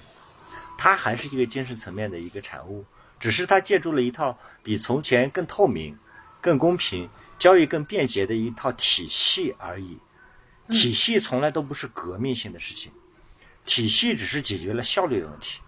[SPEAKER 4] 它还是一个精神层面的一个产物，只是它借助了一套比从前更透明、更公平、交易更便捷的一套体系而已。体系从来都不是革命性的事情，体系只是解决了效率的问题。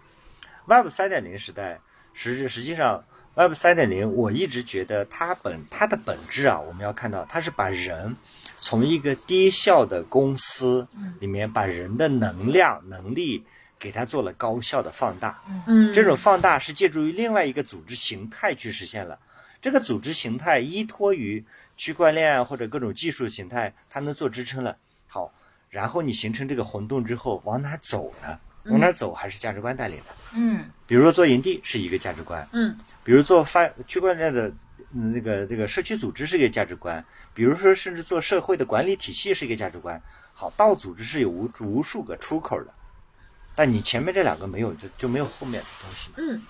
[SPEAKER 4] Web 三点零时代，实际实际上 Web 三点零，我一直觉得它本它的本质啊，我们要看到它是把人从一个低效的公司里面把人的能量能力给它做了高效的放大。
[SPEAKER 2] 嗯，
[SPEAKER 4] 这种放大是借助于另外一个组织形态去实现了。这个组织形态依托于区块链啊或者各种技术形态，它能做支撑了。好，然后你形成这个混动之后，往哪儿走呢？往哪儿走还是价值观带领的。
[SPEAKER 1] 嗯
[SPEAKER 4] 比如说做营地是一个价值观，
[SPEAKER 2] 嗯
[SPEAKER 4] 比如做发区块链的嗯那个那个社区组织是一个价值观，比如说甚至做社会的管理体系是一个价值观。好，道组织是有无无数个出口的，但你前面这两个没有，就就没有后面的东西。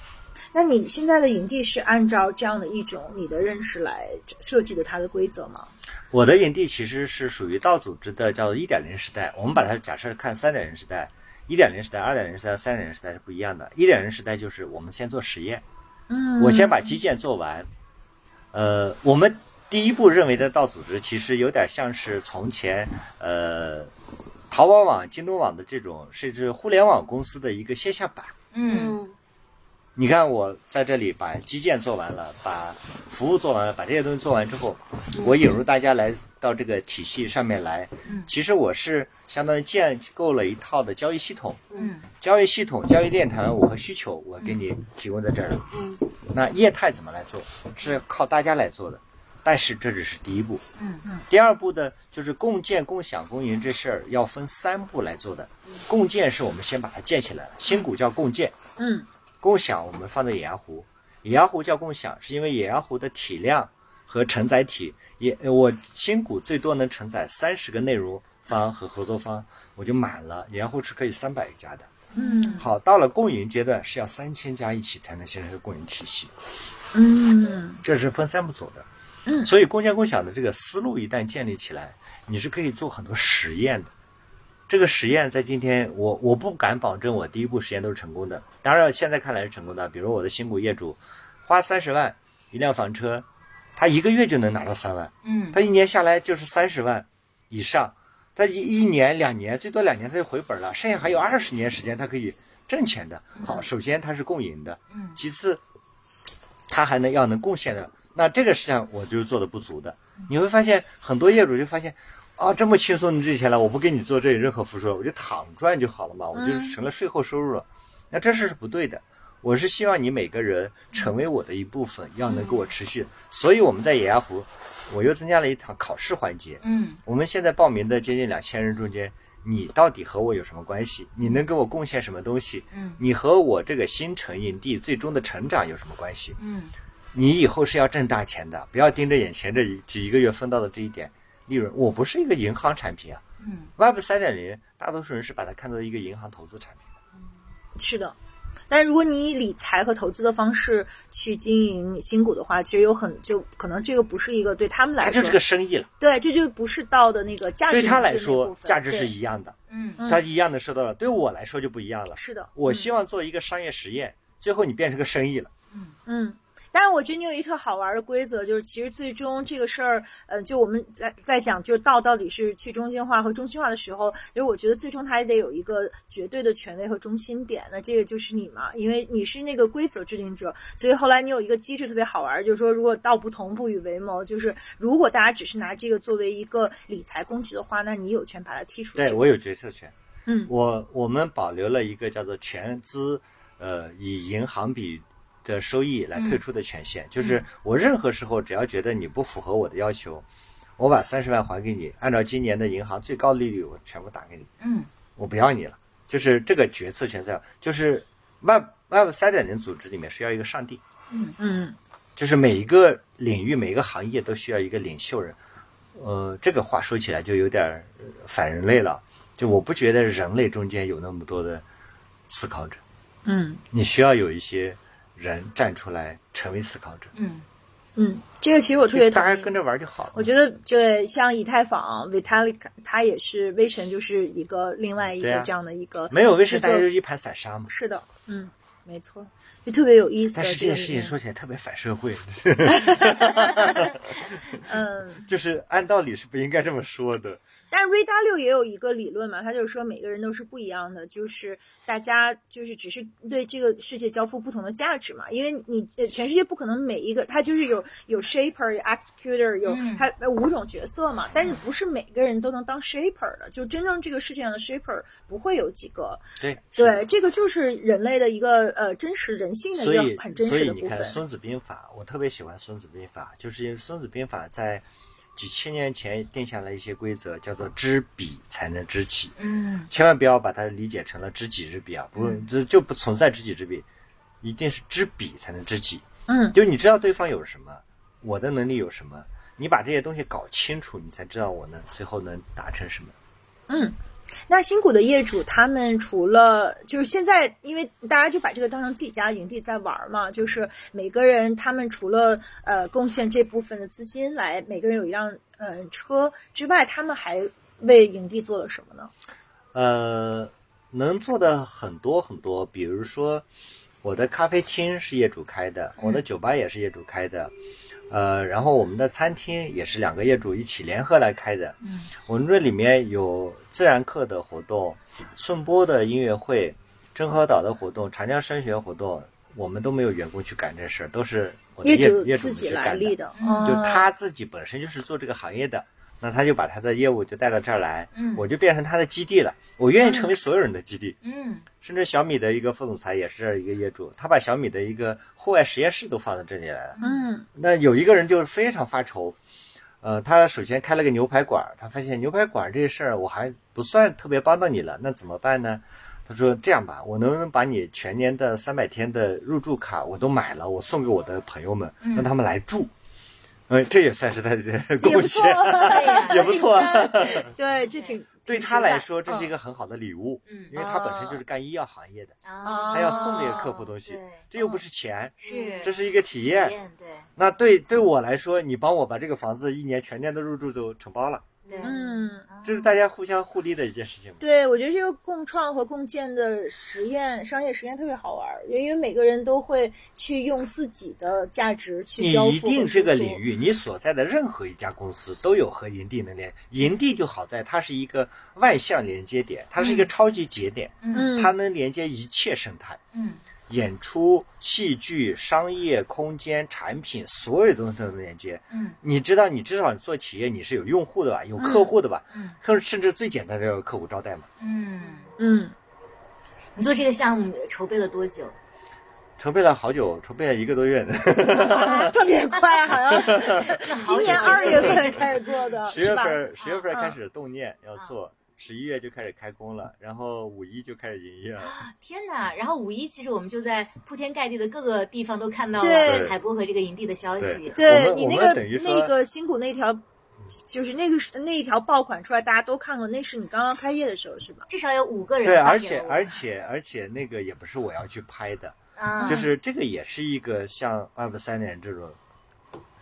[SPEAKER 2] 那你现在的营地是按照这样的一种你的认识来设计的它的规则吗？
[SPEAKER 4] 我的营地其实是属于道组织的，叫做一点零时代。我们把它假设看三点零时代、一点零时代、二点零时代、三点零时代是不一样的。一点零时代就是我们先做实验，
[SPEAKER 2] 嗯
[SPEAKER 4] 我先把基建做完。呃，我们第一步认为的道组织，其实有点像是从前呃淘宝网、京东网的这种，甚至互联网公司的一个线下版。
[SPEAKER 1] 嗯
[SPEAKER 3] 嗯
[SPEAKER 4] 你看，我在这里把基建做完了，把服务做完了，把这些东西做完之后，我引入大家来到这个体系上面来。
[SPEAKER 1] 嗯
[SPEAKER 4] 其实我是相当于建构了一套的交易系统，
[SPEAKER 1] 嗯
[SPEAKER 4] 交易系统、交易链条，我和需求我给你提供在这儿了。
[SPEAKER 3] 嗯
[SPEAKER 4] 那业态怎么来做，是靠大家来做的，但是这只是第一步。
[SPEAKER 1] 嗯
[SPEAKER 2] 嗯。
[SPEAKER 4] 第二步呢，就是共建、共享、共赢这事儿要分三步来做的。共建是我们先把它建起来了，新股叫共建。
[SPEAKER 2] 嗯
[SPEAKER 4] 共享我们放在野鸭湖，野鸭湖叫共享，是因为野鸭湖的体量和承载体，也呃我新股最多能承载三十个内容方和合作方，我就满了。野鸭湖是可以三百家的，
[SPEAKER 2] 嗯
[SPEAKER 4] 好，到了共赢阶段是要三千家一起才能形成一个共赢体系，
[SPEAKER 2] 嗯
[SPEAKER 4] 这是分三步走的。
[SPEAKER 2] 嗯
[SPEAKER 4] 所以共建共享的这个思路一旦建立起来，你是可以做很多实验的。这个实验在今天，我我不敢保证我第一步实验都是成功的。当然，现在看来是成功的。比如我的新股业主花三十万一辆房车，他一个月就能拿到三万，
[SPEAKER 1] 嗯
[SPEAKER 4] 他一年下来就是三十万以上，他一一年两年最多两年他就回本了，剩下还有二十年时间他可以挣钱的。好，首先它是共赢的，
[SPEAKER 1] 嗯
[SPEAKER 4] 其次他还能要能贡献的，那这个实际上我就是做的不足的。
[SPEAKER 1] 嗯
[SPEAKER 4] 你会发现很多业主就发现。啊，这么轻松的挣钱了，我不给你做这里任何付出，我就躺赚就好了嘛，我就
[SPEAKER 1] 嗯
[SPEAKER 4] 成了税后收入了。那这事是不对的。我是希望你每个人成为我的一部分，要
[SPEAKER 1] 嗯
[SPEAKER 4] 能给我持续。所以我们在野鸭湖，我又增加了一堂考试环节。
[SPEAKER 1] 嗯
[SPEAKER 4] 我们现在报名的接近两千人中间，你到底和我有什么关系？你能给我贡献什么东西？
[SPEAKER 1] 嗯
[SPEAKER 4] 你和我这个新成营地最终的成长有什么关系？
[SPEAKER 1] 嗯
[SPEAKER 4] 你以后是要挣大钱的，不要盯着眼前这一这一个月分到的这一点利润。我不是一个银行产品啊
[SPEAKER 1] 嗯
[SPEAKER 4] ，Web 三点零，大多数人是把它看作一个银行投资产品。
[SPEAKER 2] 是的。但如果你以理财和投资的方式去经营新股的话，其实有很就可能这个不是一个对他们
[SPEAKER 4] 它
[SPEAKER 2] 来
[SPEAKER 4] 就
[SPEAKER 2] 说，
[SPEAKER 4] 是个生意了，
[SPEAKER 2] 对，这就不是到的那个价值
[SPEAKER 4] 对
[SPEAKER 2] 理论
[SPEAKER 4] 他
[SPEAKER 2] 的
[SPEAKER 4] 来
[SPEAKER 2] 那
[SPEAKER 4] 说
[SPEAKER 2] 部分
[SPEAKER 4] 价值是
[SPEAKER 2] 对
[SPEAKER 4] 一样的，
[SPEAKER 1] 嗯
[SPEAKER 2] 嗯
[SPEAKER 4] 他一样的收到了，对我来说就不一样了。
[SPEAKER 2] 是的。
[SPEAKER 4] 我
[SPEAKER 2] 嗯
[SPEAKER 4] 希望做一个商业实验，最后你变成个生意了。
[SPEAKER 2] 嗯，但是我觉得你有一特好玩的规则，就是其实最终这个事儿，呃，就我们在在讲就是道到底是去中心化和中心化的时候，就是我觉得最终它也得有一个绝对的权威和中心点。那这个就是你嘛，因为你是那个规则制定者，所以后来你有一个机制特别好玩，就是说如果道不同不与为谋，就是如果大家只是拿这个作为一个理财工具的话，那你有权把它剔出去。
[SPEAKER 4] 对我有决策权。
[SPEAKER 2] 嗯
[SPEAKER 4] 我我们保留了一个叫做全资，呃，以银行比的收益来
[SPEAKER 2] 嗯
[SPEAKER 4] 退出的权限，就是我任何时候只要觉得你不符合我的要求，我把三十万还给你，按照今年的银行最高利率，我全部打给你，
[SPEAKER 1] 嗯
[SPEAKER 4] 我不要你了。就是这个决策权在，就是 Web Web 三点零组织里面需要一个上帝，
[SPEAKER 2] 嗯
[SPEAKER 4] 就是每一个领域、每一个行业都需要一个领袖人。呃，这个话说起来就有点儿呃反人类了。就我不觉得人类中间有那么多的思考者，
[SPEAKER 2] 嗯
[SPEAKER 4] 你需要有一些人站出来成为思考者。
[SPEAKER 1] 嗯
[SPEAKER 2] 嗯，这个其实我特别
[SPEAKER 4] 就大
[SPEAKER 2] 同
[SPEAKER 4] 家
[SPEAKER 2] 意
[SPEAKER 4] 跟着玩就好了。
[SPEAKER 2] 我觉得对，像以太坊、Vitalik，它也是微神，就是一个另外一
[SPEAKER 4] 对
[SPEAKER 2] 个
[SPEAKER 4] 啊
[SPEAKER 2] 这样的一个、
[SPEAKER 4] 没有为什么大
[SPEAKER 2] 制
[SPEAKER 4] 家
[SPEAKER 2] 作
[SPEAKER 4] 就一盘散沙嘛。
[SPEAKER 2] 是的，嗯，没错，就特别有意思。
[SPEAKER 4] 但是这
[SPEAKER 2] 个
[SPEAKER 4] 件事情
[SPEAKER 2] 理念
[SPEAKER 4] 说起来特别反社 会，
[SPEAKER 2] 嗯，
[SPEAKER 4] 就是按道理是不应该这么说的。
[SPEAKER 2] 但 r i d a 六也有一个理论嘛，他就是说每个人都是不一样的，就是大家就是只是对这个世界交付不同的价值嘛，因为你呃全世界不可能每一个，他就是有有 shaper、有 executor，有
[SPEAKER 1] 嗯
[SPEAKER 2] 他呃五种角色嘛，但是不是每个人都能当 shaper 的，就真正这个世界上的 shaper 不会有几个，
[SPEAKER 4] 对
[SPEAKER 2] 对，这个就是人类的一个呃真实人性的
[SPEAKER 4] 所
[SPEAKER 2] 一
[SPEAKER 4] 以
[SPEAKER 2] 个很真
[SPEAKER 4] 所
[SPEAKER 2] 实
[SPEAKER 4] 以
[SPEAKER 2] 的
[SPEAKER 4] 你
[SPEAKER 2] 部
[SPEAKER 4] 看
[SPEAKER 2] 分
[SPEAKER 4] 《孙子兵法》，我特别喜欢《孙子兵法》，就是因为《孙子兵法》在几千年前定下了一些规则，叫做“知彼才能知己”，
[SPEAKER 1] 嗯
[SPEAKER 4] 千万不要把它理解成了知己知彼啊，不
[SPEAKER 1] 嗯
[SPEAKER 4] 就就不存在知己知彼，一定是知彼才能知己。
[SPEAKER 2] 嗯
[SPEAKER 4] 就你知道对方有什么，我的能力有什么，你把这些东西搞清楚，你才知道我能最后能达成什么。
[SPEAKER 2] 嗯。那新股的业主，他们除了就是现在，因为大家就把这个当成自己家营地在玩儿嘛，就是每个人他们除了呃贡献这部分的资金来，每个人有一辆呃车之外，他们还为营地做了什么呢？
[SPEAKER 4] 呃，能做的很多很多，比如说我的咖啡厅是业主开的，我的
[SPEAKER 2] 嗯
[SPEAKER 4] 酒吧也是业主开的，呃，然后我们的餐厅也是两个业主一起联合来开的。
[SPEAKER 1] 嗯，
[SPEAKER 4] 我们这里面有自然课的活动、顺波的音乐会、真河岛的活动、长江升学活动，我们都没有员工去干这事儿，都是我的业
[SPEAKER 2] 主
[SPEAKER 4] 业主
[SPEAKER 2] 自
[SPEAKER 4] 们
[SPEAKER 2] 己
[SPEAKER 4] 去
[SPEAKER 2] 来
[SPEAKER 4] 干
[SPEAKER 2] 立
[SPEAKER 4] 的。
[SPEAKER 2] 的，
[SPEAKER 1] 嗯
[SPEAKER 4] 就
[SPEAKER 2] 哦
[SPEAKER 4] 他自己本身就是做这个行业的，那他就把他的业务就带到这儿来，
[SPEAKER 1] 嗯
[SPEAKER 4] 我就变成他的基地了。我愿意成为所有人的基地，
[SPEAKER 1] 嗯
[SPEAKER 4] 甚至小米的一个副总裁也是这儿一个业主，他把小米的一个户外实验室都放到这里来了。
[SPEAKER 2] 嗯
[SPEAKER 4] 那有一个人就是非常发愁，呃，他首先开了个牛排馆儿，他发现牛排馆儿这事儿我还不算特别帮到你了，那怎么办呢？他说这样吧，我能不能把你全年的三百天的入住卡我都买了，我送给我的朋友们，让他们来住。嗯，这也算是他的
[SPEAKER 2] 也
[SPEAKER 4] 贡
[SPEAKER 2] 不错
[SPEAKER 4] 献，，
[SPEAKER 1] 对呀
[SPEAKER 4] 也不错。
[SPEAKER 2] 对，这挺
[SPEAKER 4] 对
[SPEAKER 2] 挺
[SPEAKER 4] 他
[SPEAKER 2] 实
[SPEAKER 4] 来
[SPEAKER 2] 在
[SPEAKER 4] 说这是一
[SPEAKER 2] 嗯
[SPEAKER 4] 个很好的礼物，
[SPEAKER 1] 嗯
[SPEAKER 4] 因为他本身就是干医药行业的，
[SPEAKER 1] 啊
[SPEAKER 4] 他要送这个客户东西，
[SPEAKER 1] 对
[SPEAKER 4] 这又不是钱，
[SPEAKER 1] 是
[SPEAKER 4] 这
[SPEAKER 1] 是
[SPEAKER 4] 是一个体
[SPEAKER 1] 体
[SPEAKER 4] 验。
[SPEAKER 1] 验对
[SPEAKER 4] 那对对我来说，你帮我把这个房子一年全年的入住都承包了，
[SPEAKER 1] 对
[SPEAKER 2] 嗯，
[SPEAKER 1] 啊
[SPEAKER 4] 这是大家互相互利的一件事情嘛。
[SPEAKER 2] 对，我觉得这个共创和共建的实验，商业实验特别好玩儿，因为每个人都会去用自己的价值去
[SPEAKER 4] 你
[SPEAKER 2] 交付。
[SPEAKER 4] 一定这个领，域，你所在的任何一家公司都有和营地能连。营地就好在它是一个万象连接点，它是一个超级节点，
[SPEAKER 1] 嗯
[SPEAKER 2] 嗯，
[SPEAKER 4] 它能连接一切生态，
[SPEAKER 1] 嗯
[SPEAKER 4] 演出、戏剧、商业空间、产品，所有东西都能连接。
[SPEAKER 1] 嗯
[SPEAKER 4] 你知道，你至少做企业你是有用户的吧，有客户的吧，
[SPEAKER 1] 嗯
[SPEAKER 4] 甚甚至最简单的客户招待嘛。
[SPEAKER 1] 嗯，
[SPEAKER 2] 嗯，
[SPEAKER 1] 你做这个项目筹备了多久？
[SPEAKER 4] 筹备了好久，筹备了一个多月呢，
[SPEAKER 2] 特别快，好像今年二月份开始做的，
[SPEAKER 4] 十月
[SPEAKER 2] 哦是吧？嗯
[SPEAKER 4] 份十月份
[SPEAKER 2] 啊
[SPEAKER 4] 开始动念要做，十一月就开始开工了，然后五一就开始营业了。
[SPEAKER 1] 天哪！然后五一其实我们就在铺天盖地的各个地方都看到了
[SPEAKER 2] 对
[SPEAKER 1] 海波和这个营地的消息
[SPEAKER 4] 对。
[SPEAKER 2] 对
[SPEAKER 4] 我们
[SPEAKER 2] 你
[SPEAKER 4] 我
[SPEAKER 2] 那
[SPEAKER 4] 们
[SPEAKER 2] 个
[SPEAKER 4] 等于说
[SPEAKER 2] 那个新谷那条，就是那个是那一条爆款出来，大家都看过，那是你刚刚开业的时候是吧？
[SPEAKER 1] 至少有五个人
[SPEAKER 4] 对，
[SPEAKER 1] 发
[SPEAKER 4] 而
[SPEAKER 1] 给
[SPEAKER 4] 且
[SPEAKER 1] 了我
[SPEAKER 4] 而且而且那个也不是我要去拍的，
[SPEAKER 1] 啊，
[SPEAKER 2] 嗯
[SPEAKER 4] 就是这个也是一个像 Web 三点这种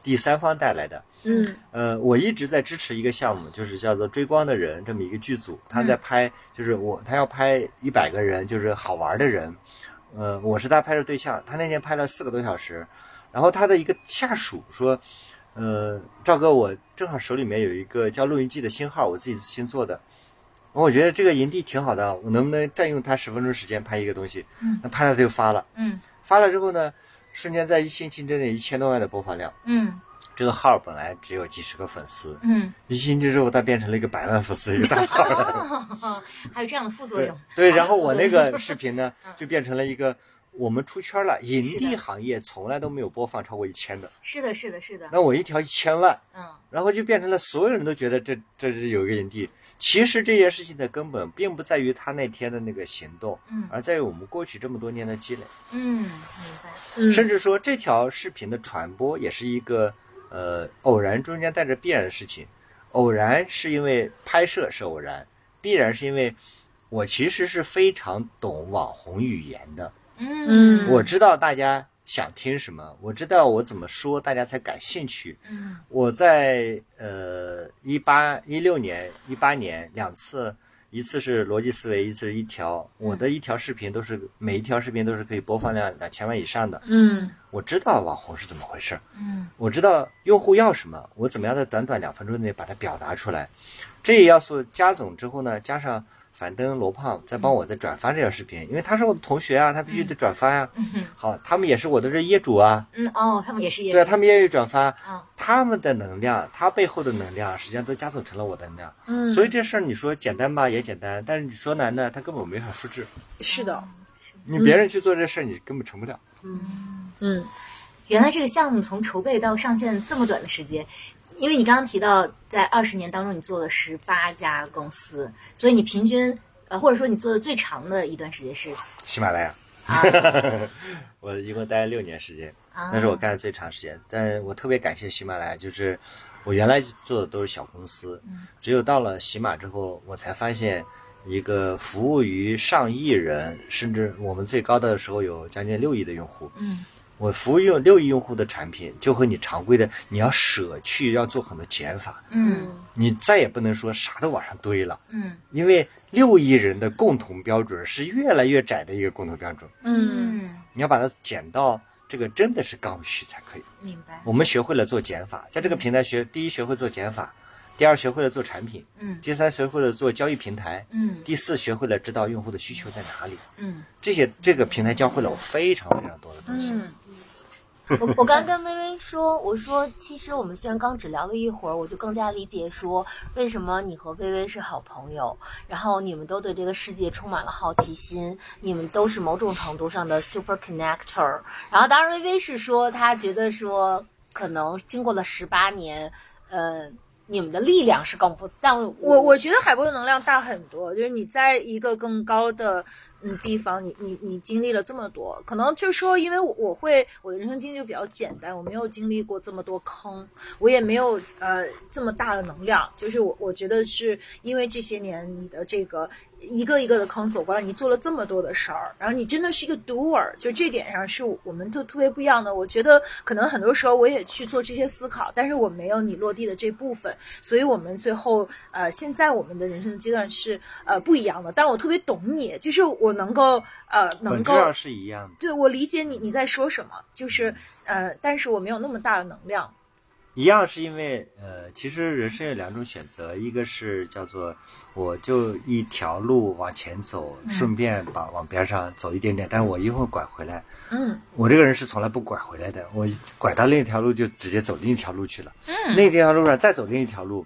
[SPEAKER 4] 第三方带来的。
[SPEAKER 2] 嗯
[SPEAKER 4] 呃，我一直在支持一个项目，就是叫做《追光的人》这么一个剧组，他
[SPEAKER 1] 嗯
[SPEAKER 4] 在拍，就是我他要拍一百个人，就是好玩的人。呃，我是他拍摄对象，他那天拍了四个多小时，然后他的一个下属说，呃，赵哥，我正好手里面有一个叫录音机的新号，我自己新做的。我觉得这个营地挺好的，我能不能占用他十分钟时间拍一个东西？
[SPEAKER 1] 嗯
[SPEAKER 4] 那拍了他就发了，
[SPEAKER 1] 嗯
[SPEAKER 4] 发了之后呢，瞬间在一星期之内一千多万的播放量。
[SPEAKER 1] 嗯
[SPEAKER 4] 这个号本来只有几十个粉丝，
[SPEAKER 1] 嗯，
[SPEAKER 4] 一星期之后，它变成了一个百万粉丝的一个大号。
[SPEAKER 1] 哦，还有这样的副 作
[SPEAKER 4] 对
[SPEAKER 1] 用。嗯
[SPEAKER 4] 对， 然后我那个视频呢，就变成了一个我们出圈了，营地行业从来都没有播放超过一千的，
[SPEAKER 1] 是的，是的，是的，
[SPEAKER 4] 那我一条一千万，
[SPEAKER 1] 嗯
[SPEAKER 4] 然后就变成了所有人都觉得这这是有一个营地。其实这件事情的根本并不在于他那天的那个行动，
[SPEAKER 1] 嗯
[SPEAKER 4] 而在于我们过去这么多年的积累。
[SPEAKER 1] 嗯，明白。
[SPEAKER 2] 嗯，
[SPEAKER 4] 甚至说这条视频的传播也是一个呃偶然中间带着必然的事情。偶然是因为拍摄是偶然，必然是因为我其实是非常懂网红语言的，
[SPEAKER 1] 嗯，
[SPEAKER 4] 我知道大家想听什么，我知道我怎么说大家才感兴趣。
[SPEAKER 1] 嗯
[SPEAKER 4] 我在呃一八一六年、一八年两次，一次是逻辑思维，一次是一条。
[SPEAKER 1] 嗯
[SPEAKER 4] 我的一条视频都是每一条视频都是可以播放量两千万以上的。
[SPEAKER 2] 嗯
[SPEAKER 4] 我知道网红是怎么回事儿，
[SPEAKER 1] 嗯
[SPEAKER 4] 我知道用户要什么，我怎么样在短短两分钟内把它表达出来。这一要素加总之后呢，加上樊登、罗胖再帮我再转发这条视
[SPEAKER 1] 嗯
[SPEAKER 4] 频，因为他是我的同学啊，他必须得转发呀、好，他们也是我的这业主啊，
[SPEAKER 1] 嗯，哦，他们也是业
[SPEAKER 4] 对啊，他们愿意转发
[SPEAKER 1] 嗯，
[SPEAKER 4] 他们的能量，他背后的能量，实际上都加总成了我的能量。
[SPEAKER 2] 嗯，
[SPEAKER 4] 所以这事儿你说简单吧，也简单，但是你说难呢，它根本没法复制。
[SPEAKER 1] 嗯
[SPEAKER 2] 是的，
[SPEAKER 4] 你别人去做这事儿，你根本成不了。
[SPEAKER 2] 嗯
[SPEAKER 1] 原来这个项目从筹备到上线这么短的时间，因为你刚刚提到，在二十年当中你做了十八家公司，所以你平均呃，或者说你做的最长的一段时间是
[SPEAKER 4] 喜马拉雅，
[SPEAKER 1] 啊
[SPEAKER 4] 我一共待了六年时间，
[SPEAKER 1] 啊，
[SPEAKER 4] 那是我干的最长时间。但我特别感谢喜马拉雅，就是我原来做的都是小公司，
[SPEAKER 1] 嗯
[SPEAKER 4] 只有到了喜马之后，我才发现一个服务于上亿人，甚至我们最高的时候有将近六亿的用户。
[SPEAKER 1] 嗯，
[SPEAKER 4] 我服务用六亿用户的产品，就和你常规的，你要舍去要做很多减法，
[SPEAKER 1] 嗯
[SPEAKER 4] 你再也不能说啥都往上堆了。
[SPEAKER 1] 嗯
[SPEAKER 4] 因为六亿人的共同标准是越来越窄的一个共同标准，
[SPEAKER 2] 嗯
[SPEAKER 1] 嗯，
[SPEAKER 4] 你要把它减到这个真的是刚需才可以。
[SPEAKER 1] 明白，
[SPEAKER 4] 我们学会了做减法，在这个平台学，第一学会做减法，第二学会了做产品，
[SPEAKER 1] 嗯
[SPEAKER 4] 第三学会了做交易平台，
[SPEAKER 1] 嗯
[SPEAKER 4] 第四学会了知道用户的需求在哪里。
[SPEAKER 1] 嗯，
[SPEAKER 4] 这些这个平台教会了我非常非常多的东西。
[SPEAKER 2] 嗯
[SPEAKER 3] 我我刚跟微微说，我说其实我们虽然刚只聊了一会儿，我就更加理解说为什么你和微微是好朋友，然后你们都对这个世界充满了好奇心，你们都是某种程度上的 super connector。然后当然微微是说她觉得说可能经过了十八年，呃，你们的力量是更不，但我
[SPEAKER 2] 我我觉得海波的能量大很多，就是你在一个更高的嗯地方，你你你经历了这么多，可能就是说，因为我我会我的人生经历就比较简单，我没有经历过这么多坑，我也没有呃这么大的能量，就是我我觉得是因为这些年你的这个一个一个的坑走过来，你做了这么多的事儿，然后你真的是一个 doer，就这点上是我们特特别不一样的。我觉得可能很多时候我也去做这些思考，但是我没有你落地的这部分，所以我们最后呃，现在我们的人生阶段是呃不一样的。但我特别懂你，就是我能够呃能
[SPEAKER 4] 本质
[SPEAKER 2] 够
[SPEAKER 4] 上是一样的。
[SPEAKER 2] 对我理解你你在说什么，就是呃，但是我没有那么大的能量。
[SPEAKER 4] 一样是因为，呃，其实人生有两种选择，一个是叫做我就一条路往前走，顺便把往边上走一点点，但我一会儿拐回来。
[SPEAKER 2] 嗯
[SPEAKER 4] 我这个人是从来不拐回来的，我拐到另一条路就直接走另一条路去了，另一条路上再走另一条路。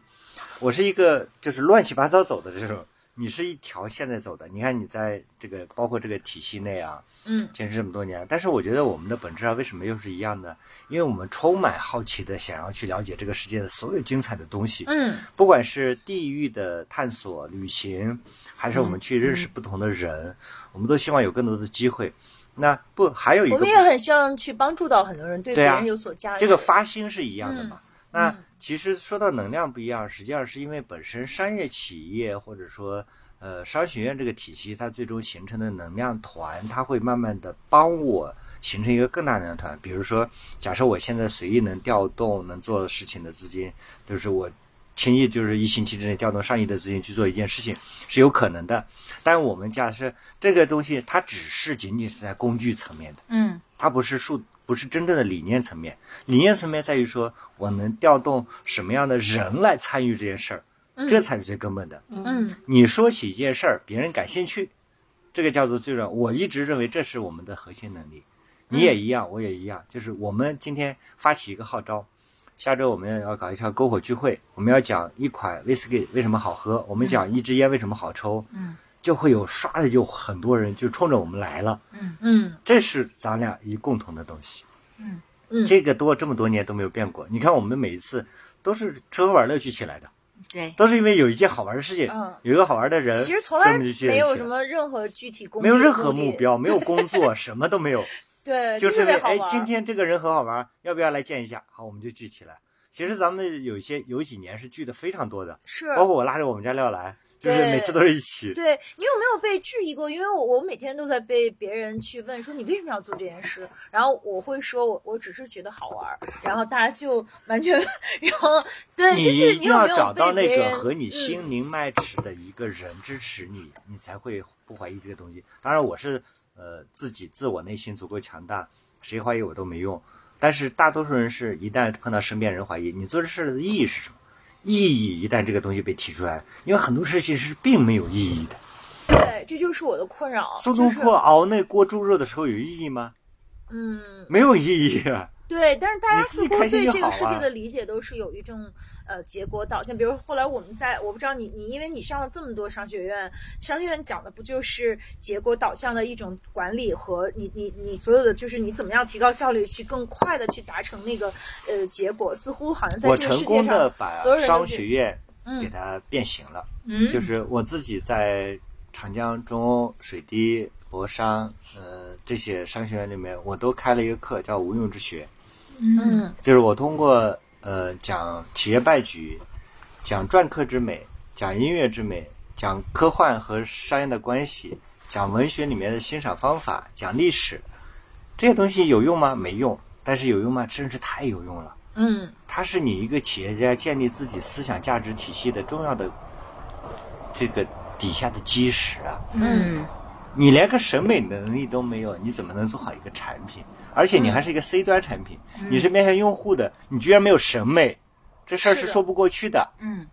[SPEAKER 4] 我是一个就是乱七八糟走的这种，你是一条线在走的。你看你在这个包括这个体系内啊，
[SPEAKER 2] 嗯
[SPEAKER 4] 坚持这么多年，但是我觉得我们的本质啊上为什么又是一样呢？因为我们充满好奇的想要去了解这个世界的所有精彩的东西，
[SPEAKER 2] 嗯
[SPEAKER 4] 不管是地域的探索、旅行，还是我
[SPEAKER 2] 嗯
[SPEAKER 4] 们去认识不同的人，我们都希望有更多的机会。那不还有一
[SPEAKER 2] 我
[SPEAKER 4] 个
[SPEAKER 2] 们也很希望去帮助到很多人，对别
[SPEAKER 4] 对啊
[SPEAKER 2] 人有所价值。
[SPEAKER 4] 这个发心是一样的嘛？那
[SPEAKER 2] 嗯
[SPEAKER 4] 其实说到能量不一样，实际上是因为本身商业企业或者说呃商学院这个体系，它最终形成的能量团，它会慢慢的帮我形成一个更大的能量团。比如说，假设我现在随意能调动能做事情的资金，就是我轻易就是一星期之内调动上亿的资金去做一件事情是有可能的。但我们假设这个东西，它只是仅仅是在工具层面的。
[SPEAKER 1] 嗯
[SPEAKER 4] 它不是数，不是真正的理念层面。理念层面在于说，我能调动什么样的人来参与这件事儿，这才是最根本的。
[SPEAKER 2] 嗯
[SPEAKER 4] 你说起一件事儿，别人感兴趣，这个叫做最重要。我一直认为这是我们的核心能力。你也一样，我也一样，就是我们今天发起一个号召，下周我们要搞一场篝火聚会，我们要讲一款威士忌为什么好喝，我们讲一支烟为什么好抽，
[SPEAKER 1] 嗯，
[SPEAKER 4] 就会有唰的就很多人就冲着我们来了。
[SPEAKER 2] 嗯
[SPEAKER 4] 这是咱俩一共同的东西。
[SPEAKER 1] 嗯
[SPEAKER 2] 嗯
[SPEAKER 4] 这个多这么多年都没有变过。你看我们每一次都是吃喝玩乐聚起来的，
[SPEAKER 1] 对，
[SPEAKER 4] 都是因为有一件好玩的事情，
[SPEAKER 2] 嗯
[SPEAKER 4] 有一个好玩的人，
[SPEAKER 2] 其实从来
[SPEAKER 4] 专门聚在一
[SPEAKER 2] 没有
[SPEAKER 4] 起
[SPEAKER 2] 什么任何具体工
[SPEAKER 4] 没有任何
[SPEAKER 2] 目
[SPEAKER 4] 目
[SPEAKER 2] 的，
[SPEAKER 4] 标，没有工 作，什么都没有，
[SPEAKER 2] 对，
[SPEAKER 4] 就
[SPEAKER 2] 就特
[SPEAKER 4] 为
[SPEAKER 2] 别好
[SPEAKER 4] 哎，
[SPEAKER 2] 玩。
[SPEAKER 4] 今天这个人很好玩，要不要来见一下？好，我们就聚起来。其实咱们有一些有几年是聚的非常多的，
[SPEAKER 2] 是
[SPEAKER 4] 包括我拉着我们家廖兰，就是
[SPEAKER 2] 对
[SPEAKER 4] 每次都是一起。
[SPEAKER 2] 对你有没有被质疑过？因为我我每天都在被别人去问说你为什么要做这件事，然后我会说我我只是觉得好玩儿，然后大家就完全， 然后对，
[SPEAKER 4] 你
[SPEAKER 2] 就是
[SPEAKER 4] 一定
[SPEAKER 2] 有
[SPEAKER 4] 要
[SPEAKER 2] 没有
[SPEAKER 4] 找
[SPEAKER 2] 被
[SPEAKER 4] 到
[SPEAKER 2] 别
[SPEAKER 4] 那个
[SPEAKER 2] 人
[SPEAKER 4] 和你
[SPEAKER 2] 嗯
[SPEAKER 4] 心灵脉齿的一个人支持你，你才会不怀疑这个东西。当然，我是呃自己自我内心足够强大，谁怀疑我都没用。但是大多数人是一旦碰到身边人怀疑你做这事儿的意义是什么，意义一旦这个东西被提出来，因为很多事情是并没有意义的。
[SPEAKER 2] 对，这就是我的困扰。
[SPEAKER 4] 苏
[SPEAKER 2] 哦就
[SPEAKER 4] 东
[SPEAKER 2] 是
[SPEAKER 4] 坡熬那锅猪肉的时候有意义吗？
[SPEAKER 2] 嗯，
[SPEAKER 4] 没有意义啊。
[SPEAKER 2] 对，但是大家似
[SPEAKER 4] 你自己
[SPEAKER 2] 乎
[SPEAKER 4] 开心
[SPEAKER 2] 对
[SPEAKER 4] 就
[SPEAKER 2] 这个
[SPEAKER 4] 好
[SPEAKER 2] 世界
[SPEAKER 4] 啊
[SPEAKER 2] 的理解都是有一种呃结果导向。比如后来我们在，我不知道你你，因为你上了这么多商学院，商学院讲的不就是结果导向的一种管理和你你你所有的就是你怎么样提高效率，去更快的去达成那个呃结果。似乎好像在
[SPEAKER 4] 我
[SPEAKER 2] 这个
[SPEAKER 4] 成
[SPEAKER 2] 世界
[SPEAKER 4] 功的
[SPEAKER 2] 上，
[SPEAKER 4] 把
[SPEAKER 2] 所有人都
[SPEAKER 4] 商
[SPEAKER 2] 是
[SPEAKER 4] 学院给
[SPEAKER 2] 嗯
[SPEAKER 4] 它变形了。
[SPEAKER 1] 嗯，
[SPEAKER 4] 就是我自己在长江中欧、水滴、博商，呃，这些商学院里面，我都开了一个课叫无用之学，
[SPEAKER 1] 嗯
[SPEAKER 2] 嗯
[SPEAKER 4] 就是我通过呃讲企业败局、讲篆刻之美、讲音乐之美、讲科幻和商业的关系、讲文学里面的欣赏方法、讲历史，这些东西有用吗？没用，但是有用吗？真是太有用了。
[SPEAKER 2] 嗯
[SPEAKER 4] 它是你一个企业家建立自己思想价值体系的重要的这个底下的基石啊。
[SPEAKER 1] 嗯
[SPEAKER 4] 你连个审美能力都没有，你怎么能做好一个产品？而
[SPEAKER 2] 嗯
[SPEAKER 4] 且你还是一个 C 端产品，你是面向用户的，你居然没有审美，这事儿
[SPEAKER 2] 是
[SPEAKER 4] 是
[SPEAKER 2] 的
[SPEAKER 4] 说不过去的。
[SPEAKER 1] 嗯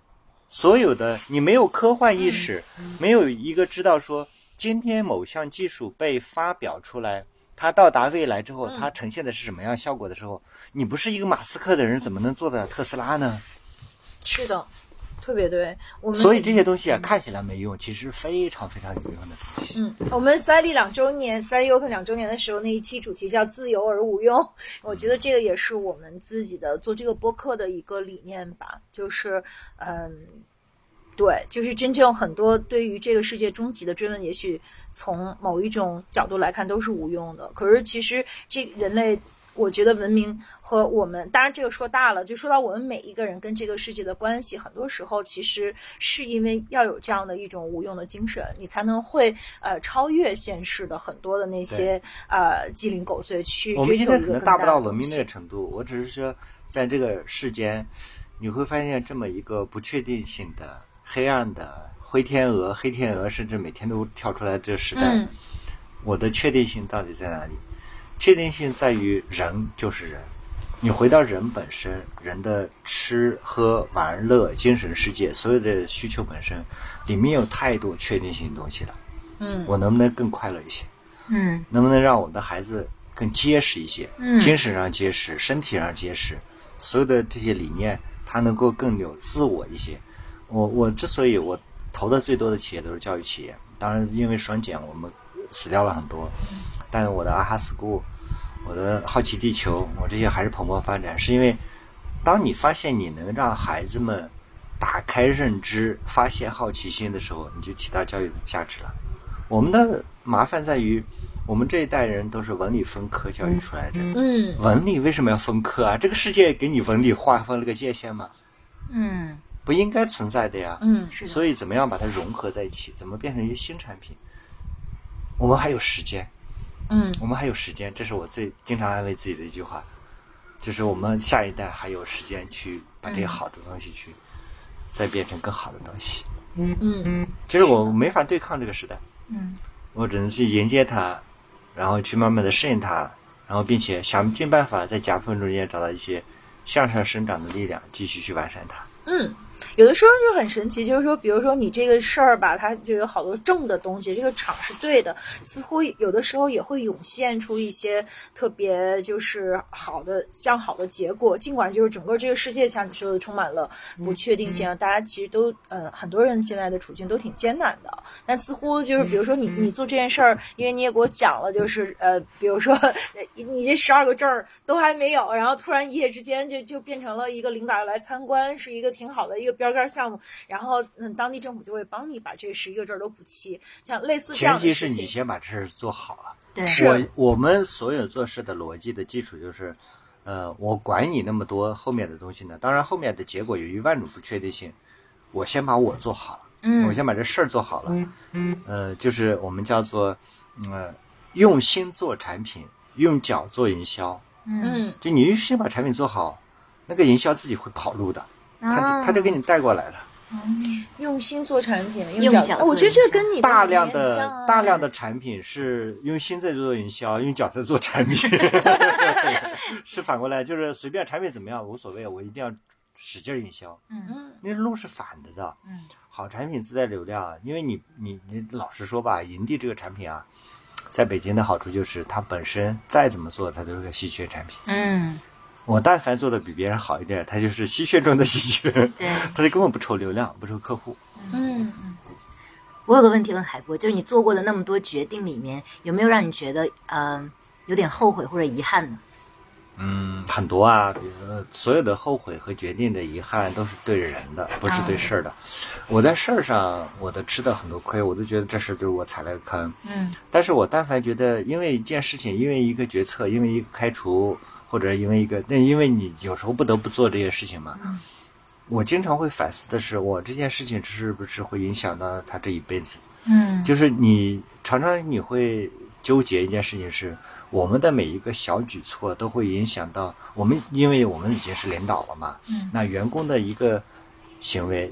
[SPEAKER 4] 所有的你没有科幻
[SPEAKER 2] 嗯
[SPEAKER 4] 意识，没有一个知道说今天某项技术被发表出来，它到达未来之后，
[SPEAKER 2] 嗯
[SPEAKER 4] 它呈现的是什么样效果的时候，你不是一个马斯克的人，怎么能做到特斯拉呢？
[SPEAKER 2] 是的，特别对。我们
[SPEAKER 4] 所以这些东西啊，看起来没用，其实非常非常有用的东西。
[SPEAKER 2] 嗯，我们三立两周年，三立 Open 两周年的时候，那一期主题叫“自由而无用”，我觉得这个也是我们自己的做这个播客的一个理念吧，就是嗯。对，就是真正很多对于这个世界终极的追问，也许从某一种角度来看都是无用的。可是其实这人类，我觉得文明和我们，当然这个说大了，就说到我们每一个人跟这个世界的关系，很多时候其实是因为要有这样的一种无用的精神，你才能会呃超越现世的很多的那些呃鸡零狗碎，去
[SPEAKER 4] 我
[SPEAKER 2] 追
[SPEAKER 4] 们现
[SPEAKER 2] 求
[SPEAKER 4] 在
[SPEAKER 2] 一
[SPEAKER 4] 可
[SPEAKER 2] 个
[SPEAKER 4] 能
[SPEAKER 2] 更
[SPEAKER 4] 达不
[SPEAKER 2] 大
[SPEAKER 4] 到
[SPEAKER 2] 的
[SPEAKER 4] 文明
[SPEAKER 2] 东
[SPEAKER 4] 那
[SPEAKER 2] 西
[SPEAKER 4] 个程度，我只是说，在这个世间，你会发现这么一个不确定性的、黑暗的灰天鹅、黑天鹅，甚至每天都跳出来这个时代，
[SPEAKER 2] 嗯
[SPEAKER 4] 我的确定性到底在哪里？确定性在于人就是人，你回到人本身，人的吃喝玩乐、精神世界，所有的需求本身，里面有太多确定性的东西了。
[SPEAKER 2] 嗯，
[SPEAKER 4] 我能不能更快乐一些？
[SPEAKER 1] 嗯
[SPEAKER 4] 能不能让我们的孩子更结实一些？
[SPEAKER 1] 嗯
[SPEAKER 4] 精神上结实，身体上结实，所有的这些理念，他能够更有自我一些。我我之所以我投的最多的企业都是教育企业，当然因为双减我们死掉了很多，但我的阿哈 school，我的好奇地球，我这些还是蓬勃发展，是因为当你发现你能让孩子们打开认知、发现好奇心的时候，你就起到教育的价值了。我们的麻烦在于，我们这一代人都是文理分科教育出来的。
[SPEAKER 2] 嗯
[SPEAKER 4] 文理为什么要分科啊？这个世界给你文理划分了个界限吗？
[SPEAKER 1] 嗯
[SPEAKER 4] 不应该存在的呀。
[SPEAKER 2] 嗯
[SPEAKER 1] 是的
[SPEAKER 4] 所以怎么样把它融合在一起？怎么变成一些新产品？我们还有时间，
[SPEAKER 2] 嗯
[SPEAKER 4] 我们还有时间，这是我最经常安慰自己的一句话，就是我们下一代还有时间去把
[SPEAKER 1] 嗯
[SPEAKER 4] 这些好的东西去、再变成更好的东西。
[SPEAKER 2] 嗯
[SPEAKER 4] 就是我没法对抗这个时代，
[SPEAKER 1] 嗯
[SPEAKER 4] 我只能去迎接它，然后去慢慢的适应它，然后并且想尽办法在夹缝中间找到一些向上生长的力量，继续去完善它。
[SPEAKER 2] 嗯，有的时候就很神奇，就是说，比如说你这个事儿吧，它就有好多正的东西，这个场是对的，似乎有的时候也会涌现出一些特别就是好的向好的结果，尽管就是整个这个世界像你说的充满了
[SPEAKER 1] 嗯
[SPEAKER 2] 不确定性，大家其实都呃很多人现在的处境都挺艰难的，但似乎
[SPEAKER 1] 嗯
[SPEAKER 2] 就是比如说你你做这件事儿，因为你也给我讲了，就是呃，比如说你这十二个证儿都还没有，然后突然一夜之间就就变成了一个领导要来参观，是一个挺好的一个标杆项目，然后嗯，当地政府就会帮你把这十一个证儿都补齐，像类似这
[SPEAKER 4] 前
[SPEAKER 2] 样
[SPEAKER 4] 提
[SPEAKER 2] 的
[SPEAKER 4] 是
[SPEAKER 2] 事
[SPEAKER 4] 你
[SPEAKER 2] 情，
[SPEAKER 4] 先把这事儿做好啊。
[SPEAKER 1] 对
[SPEAKER 2] 是嗯
[SPEAKER 4] 我我们所有做事的逻辑的基础就是，呃，我管你那么多后面的东西呢，当然后面的结果有一万种不确定性，我先把我做好了，
[SPEAKER 1] 嗯
[SPEAKER 4] 我先把这事儿做好了，呃，就是我们叫做，嗯呃，用心做产品，用脚做营销，
[SPEAKER 1] 嗯
[SPEAKER 2] 嗯
[SPEAKER 4] 就你先把产品做好，那个营销自己会跑路的，
[SPEAKER 1] 啊
[SPEAKER 4] 他就嗯他就给你带过来了。
[SPEAKER 2] 用心做产品，
[SPEAKER 1] 用
[SPEAKER 2] 脚哦
[SPEAKER 1] 脚
[SPEAKER 2] 我
[SPEAKER 1] 做
[SPEAKER 2] 觉得这
[SPEAKER 1] 营销
[SPEAKER 2] 跟你的
[SPEAKER 4] 大
[SPEAKER 2] 理
[SPEAKER 4] 量
[SPEAKER 2] 念
[SPEAKER 4] 的、
[SPEAKER 2] 像啊
[SPEAKER 4] 大量的产品是用心在做营销，用脚在做 产品，是反过来，就是随便产品怎么样无所谓，我一定要使劲营销。
[SPEAKER 1] 嗯
[SPEAKER 2] 嗯
[SPEAKER 4] 那路是反着的，
[SPEAKER 1] 嗯
[SPEAKER 4] 好产品自带流量啊，因为你你你老实说吧，营地这个产品啊，在北京的好处就是它本身再怎么做，它都是个稀缺产品。
[SPEAKER 1] 嗯，
[SPEAKER 4] 我但凡做的比别人好一点，它就是稀缺中的稀缺，
[SPEAKER 1] 对。
[SPEAKER 4] 它就根本不愁流量，不愁客户。
[SPEAKER 2] 嗯。
[SPEAKER 1] 我有个问题问海波，就是你做过的那么多决定里面，有没有让你觉得呃有点后悔或者遗憾呢？
[SPEAKER 4] 嗯，很多啊，比如说所有的后悔和决定的遗憾都是对人的，不是对事儿的。我在事儿上，我都吃的很多亏，我都觉得这事儿就是我踩了个坑。
[SPEAKER 1] 嗯
[SPEAKER 4] 但是我但凡觉得，因为一件事情，因为一个决策，因为一个开除，或者因为一个，那因为你有时候不得不做这些事情嘛。我经常会反思的是，我这件事情是不是会影响到他这一辈子？
[SPEAKER 1] 嗯
[SPEAKER 4] 就是你常常你会纠结一件事情是，我们的每一个小举措都会影响到我们，因为我们已经是领导了嘛，
[SPEAKER 1] 嗯
[SPEAKER 4] 那员工的一个行为，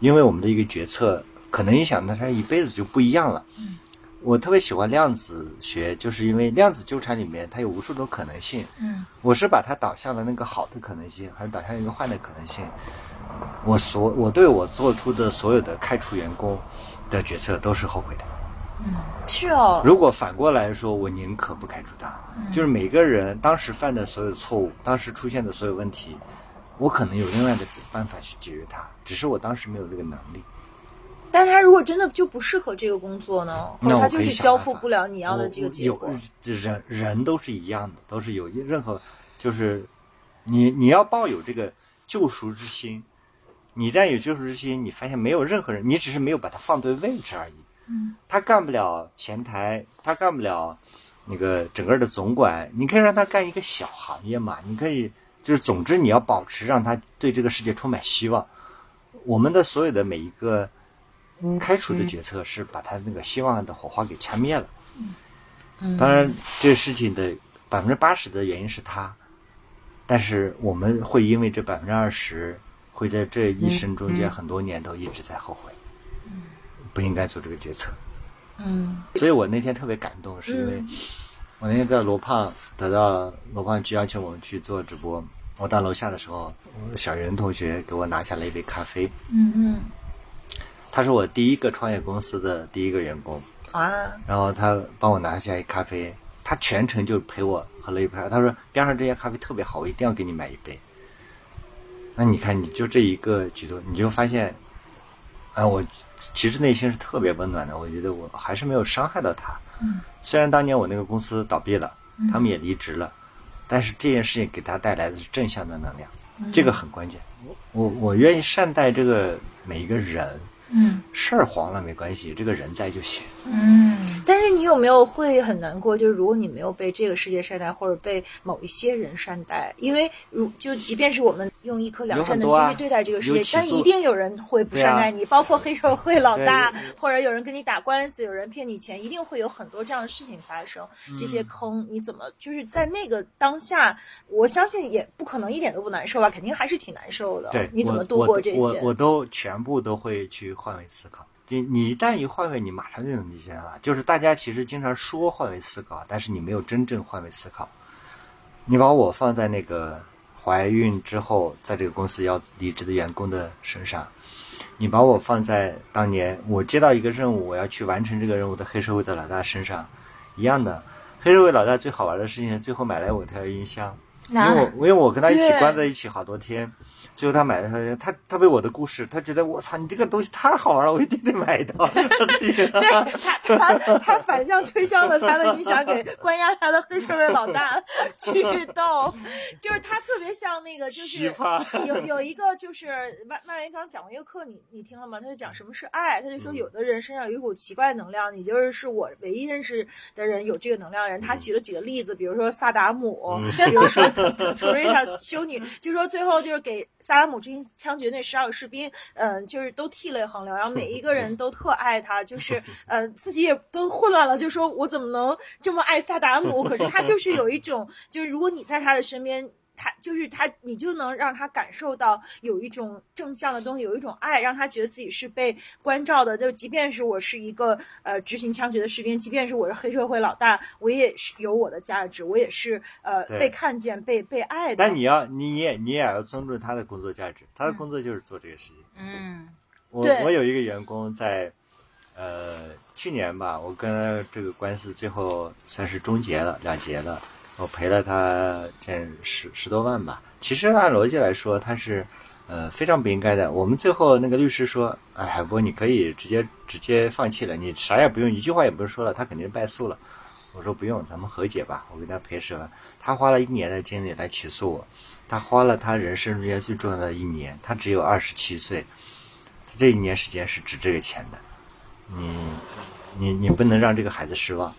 [SPEAKER 4] 因为我们的一个决策，可能影响到他一辈子就不一样了。
[SPEAKER 1] 嗯
[SPEAKER 4] 我特别喜欢量子学，就是因为量子纠缠里面它有无数种可能性，
[SPEAKER 1] 嗯
[SPEAKER 4] 我是把它导向了那个好的可能性，还是导向一个坏的可能性？我所我对我做出的所有的开除员工的决策都是后悔的。
[SPEAKER 2] 是哦，
[SPEAKER 4] 如果反过来说，我宁可不开除他，就是每个人当时犯的所有错误，当时出现的所有问题，我可能有另外的办法去解决它，只是我当时没有这个能力。
[SPEAKER 2] 但是他如果真的就不适合这个工作呢，或
[SPEAKER 4] 那
[SPEAKER 2] 者
[SPEAKER 4] 我
[SPEAKER 2] 他
[SPEAKER 4] 可
[SPEAKER 2] 就
[SPEAKER 4] 以
[SPEAKER 2] 是
[SPEAKER 4] 想
[SPEAKER 2] 交
[SPEAKER 4] 办
[SPEAKER 2] 付
[SPEAKER 4] 法
[SPEAKER 2] 不了你要
[SPEAKER 4] 我
[SPEAKER 2] 的这个
[SPEAKER 4] 我
[SPEAKER 2] 结
[SPEAKER 4] 有
[SPEAKER 2] 果。
[SPEAKER 4] 人人都是一样的，都是有任何就是你你要抱有这个救赎之心，你一旦有救赎之心，你发现没有任何人，你只是没有把它放对位置而已。嗯，他干不了前台，他干不了那个整个的总管，你可以让他干一个小行业嘛，你可以就是总之你要保持让他对这个世界充满希望。我们的所有的每一个开除的决策是把他那个希望的火花给掐灭了。嗯，当然这个事情的百分之八十的原因是他，但是我们会因为这百分之二十，会在这一生中间很多年都一直在后悔，不应该做这个决策。
[SPEAKER 1] 嗯
[SPEAKER 4] 所以我那天特别感动，是因为我那天在罗胖得到罗胖去邀请我们去做直播，我到楼下的时候，我小袁同学给我拿下了一杯咖啡，
[SPEAKER 1] 嗯
[SPEAKER 4] 他是我第一个创业公司的第一个员工，
[SPEAKER 2] 啊，
[SPEAKER 4] 然后他帮我拿下一咖啡，他全程就陪我喝了一杯。他说边上这些咖啡特别好，我一定要给你买一杯。那你看，你就这一个举动，你就发现，啊，我其实内心是特别温暖的。我觉得我还是没有伤害到他。嗯。虽然当年我那个公司倒闭了，他们也离职了，但是这件事情给他带来的是正向的能量，这个很关键。我我我愿意善待这个每一个人，
[SPEAKER 1] 嗯
[SPEAKER 4] 事儿黄了没关系，这个人在就行。
[SPEAKER 1] 嗯
[SPEAKER 2] 但是你有没有会很难过？就是如果你没有被这个世界善待，或者被某一些人善待，因为如就即便是我们用一颗良善的
[SPEAKER 4] 有很多
[SPEAKER 2] 心
[SPEAKER 4] 啊
[SPEAKER 2] 去对待这个世界
[SPEAKER 4] 尤，其
[SPEAKER 2] 但
[SPEAKER 4] 做
[SPEAKER 2] 一定有人会不善待
[SPEAKER 4] 对啊
[SPEAKER 2] 你，包括黑社会老大
[SPEAKER 4] 对，
[SPEAKER 2] 或者有人跟你打官司，有人骗你钱，一定会有很多这样的事情发生。这
[SPEAKER 4] 嗯
[SPEAKER 2] 些坑你怎么就是在那个当下，我相信也不可能一点都不难受吧，肯定还是挺难受的。
[SPEAKER 4] 对，
[SPEAKER 2] 你怎
[SPEAKER 4] 我
[SPEAKER 2] 么度过这些？
[SPEAKER 4] 我我我都全部都会去换位思考。你你一旦一换位，你马上就能理解了。就是大家其实经常说换位思考，但是你没有真正换位思考。你把我放在那个怀孕之后在这个公司要离职的员工的身上，你把我放在当年我接到一个任务，我要去完成这个任务的黑社会的老大身上，一样的。黑社会老大最好玩的事情是最后买来我条音箱，因为我因为我跟他一起
[SPEAKER 2] 对
[SPEAKER 4] 关在一起好多天，最后他买了他他他被我的故事，他觉得我操你这个东西太好玩了，我一定得买到。 他自己
[SPEAKER 2] 他他他反向推销了他的理想给关押他的黑社会老大去斗，就是他特别像那个就
[SPEAKER 4] 奇
[SPEAKER 2] 是
[SPEAKER 4] 葩。
[SPEAKER 2] 有有一个就是万万维刚讲过一个课，你你听了吗？他就讲什么是爱，他就说有的人身上有一股奇怪能量，你就是是我唯一认识的人有这个能量的人。他举了几个例子，比如说萨达姆，比如说图瑞塔修女，就说最后就是给萨达姆这枪决那十二个士兵，嗯，就是都涕泪横流，然后每一个人都特爱他，就是呃自己也都混乱了，就说我怎么能这么爱萨达 姆？可是他就是有一种，就是如果你在他的身边。他就是他，你就能让他感受到有一种正向的东西，有一种爱，让他觉得自己是被关照的。就即便是我是一个呃执行枪决的士兵，即便是我是黑社会老大，我也是有我的价值，我也是呃
[SPEAKER 4] 对
[SPEAKER 2] 被看见、被被爱的。
[SPEAKER 4] 但你要你也你也要尊重他的工作价值，他的工作就是做这个事情。
[SPEAKER 1] 嗯
[SPEAKER 4] 我
[SPEAKER 2] 对
[SPEAKER 4] 我有一个员工在，呃，去年吧，我跟他这个官司最后算是终结了，了结了，我赔了他这十十多万吧。其实按逻辑来说，他是呃非常不应该的。我们最后那个律师说，哎，海波，你可以直接直接放弃了，你啥也不用，一句话也不用说了，他肯定是败诉了。我说不用，咱们和解吧，我给他赔十万。他花了一年的精力来起诉我，他花了他人生中间最重要的一年，他只有二十七岁，他这一年时间是值这个钱的。你你你不能让这个孩子失望，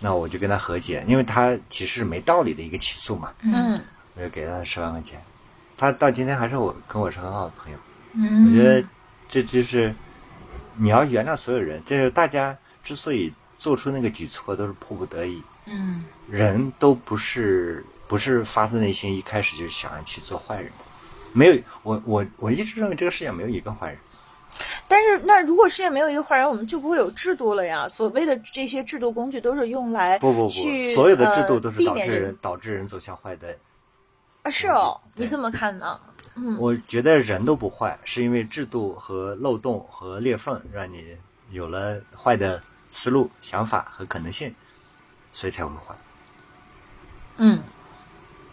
[SPEAKER 4] 那我就跟他和解，因为他其实是没道理的一个起诉嘛，
[SPEAKER 1] 嗯
[SPEAKER 4] 我就给了他十万块钱。他到今天还是我跟我是很好的朋友，
[SPEAKER 1] 嗯，
[SPEAKER 4] 我觉得这就是你要原谅所有人，这是大家之所以做出那个举措都是迫不得已，
[SPEAKER 1] 嗯
[SPEAKER 4] 人都不是不是发自内心一开始就想要去做坏人的，没有我我我一直认为这个世界没有一个坏人，
[SPEAKER 2] 但是，那如果世界没有一个坏人，我们就不会有制度了呀。所谓的这些制度工具都是用来
[SPEAKER 4] 不不不
[SPEAKER 2] 去，
[SPEAKER 4] 所有的制度都
[SPEAKER 2] 呃、
[SPEAKER 4] 是
[SPEAKER 2] 避
[SPEAKER 4] 导致
[SPEAKER 2] 免
[SPEAKER 4] 人、
[SPEAKER 2] 人
[SPEAKER 4] 导致人走向坏的。
[SPEAKER 2] 啊，是哦，
[SPEAKER 4] 对
[SPEAKER 2] 你怎么看嗯呢？
[SPEAKER 4] 我觉得人都不坏，是因为制度和漏洞和裂缝让你有了坏的思路、想法和可能性，所以才会坏。
[SPEAKER 2] 嗯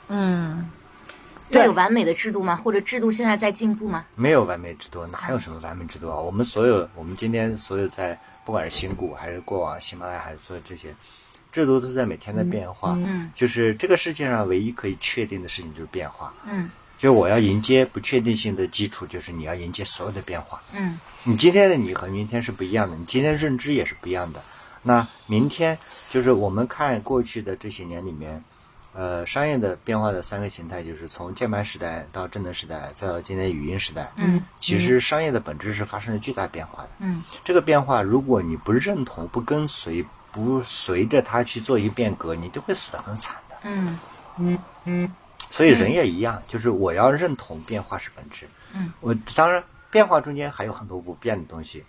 [SPEAKER 2] 嗯，
[SPEAKER 1] 那
[SPEAKER 2] 对
[SPEAKER 1] 有完美的制度吗？或者制度现在在进步吗？
[SPEAKER 4] 没有完美制度，哪有什么完美制度啊？我们所有，我们今天所有在不管是新股还是过往喜马拉雅还是做这
[SPEAKER 2] 嗯
[SPEAKER 4] 些制度，都在每天在变化。
[SPEAKER 1] 嗯
[SPEAKER 4] 就是这个世界上唯一可以确定的事情就是变化。
[SPEAKER 1] 嗯
[SPEAKER 4] 所以我要迎接不确定性的基础，就是你要迎接所有的变化。
[SPEAKER 1] 嗯，
[SPEAKER 4] 你今天的你和明天是不一样的，你今天认知也是不一样的。那明天就是我们看过去的这些年里面，呃，商业的变化的三个形态，就是从键盘时代到智能时代，再到今天语音时代。
[SPEAKER 1] 嗯，
[SPEAKER 4] 其实商业的本质是发生了巨大变化的。
[SPEAKER 1] 嗯，
[SPEAKER 4] 这个变化如果你不认同、不跟随、不随着它去做一变革，你就会死得很惨的。
[SPEAKER 1] 嗯
[SPEAKER 4] 所以人也一样，就是我要认同变化是本质。
[SPEAKER 1] 嗯，
[SPEAKER 4] 我当然变化中间还有很多不变的东西，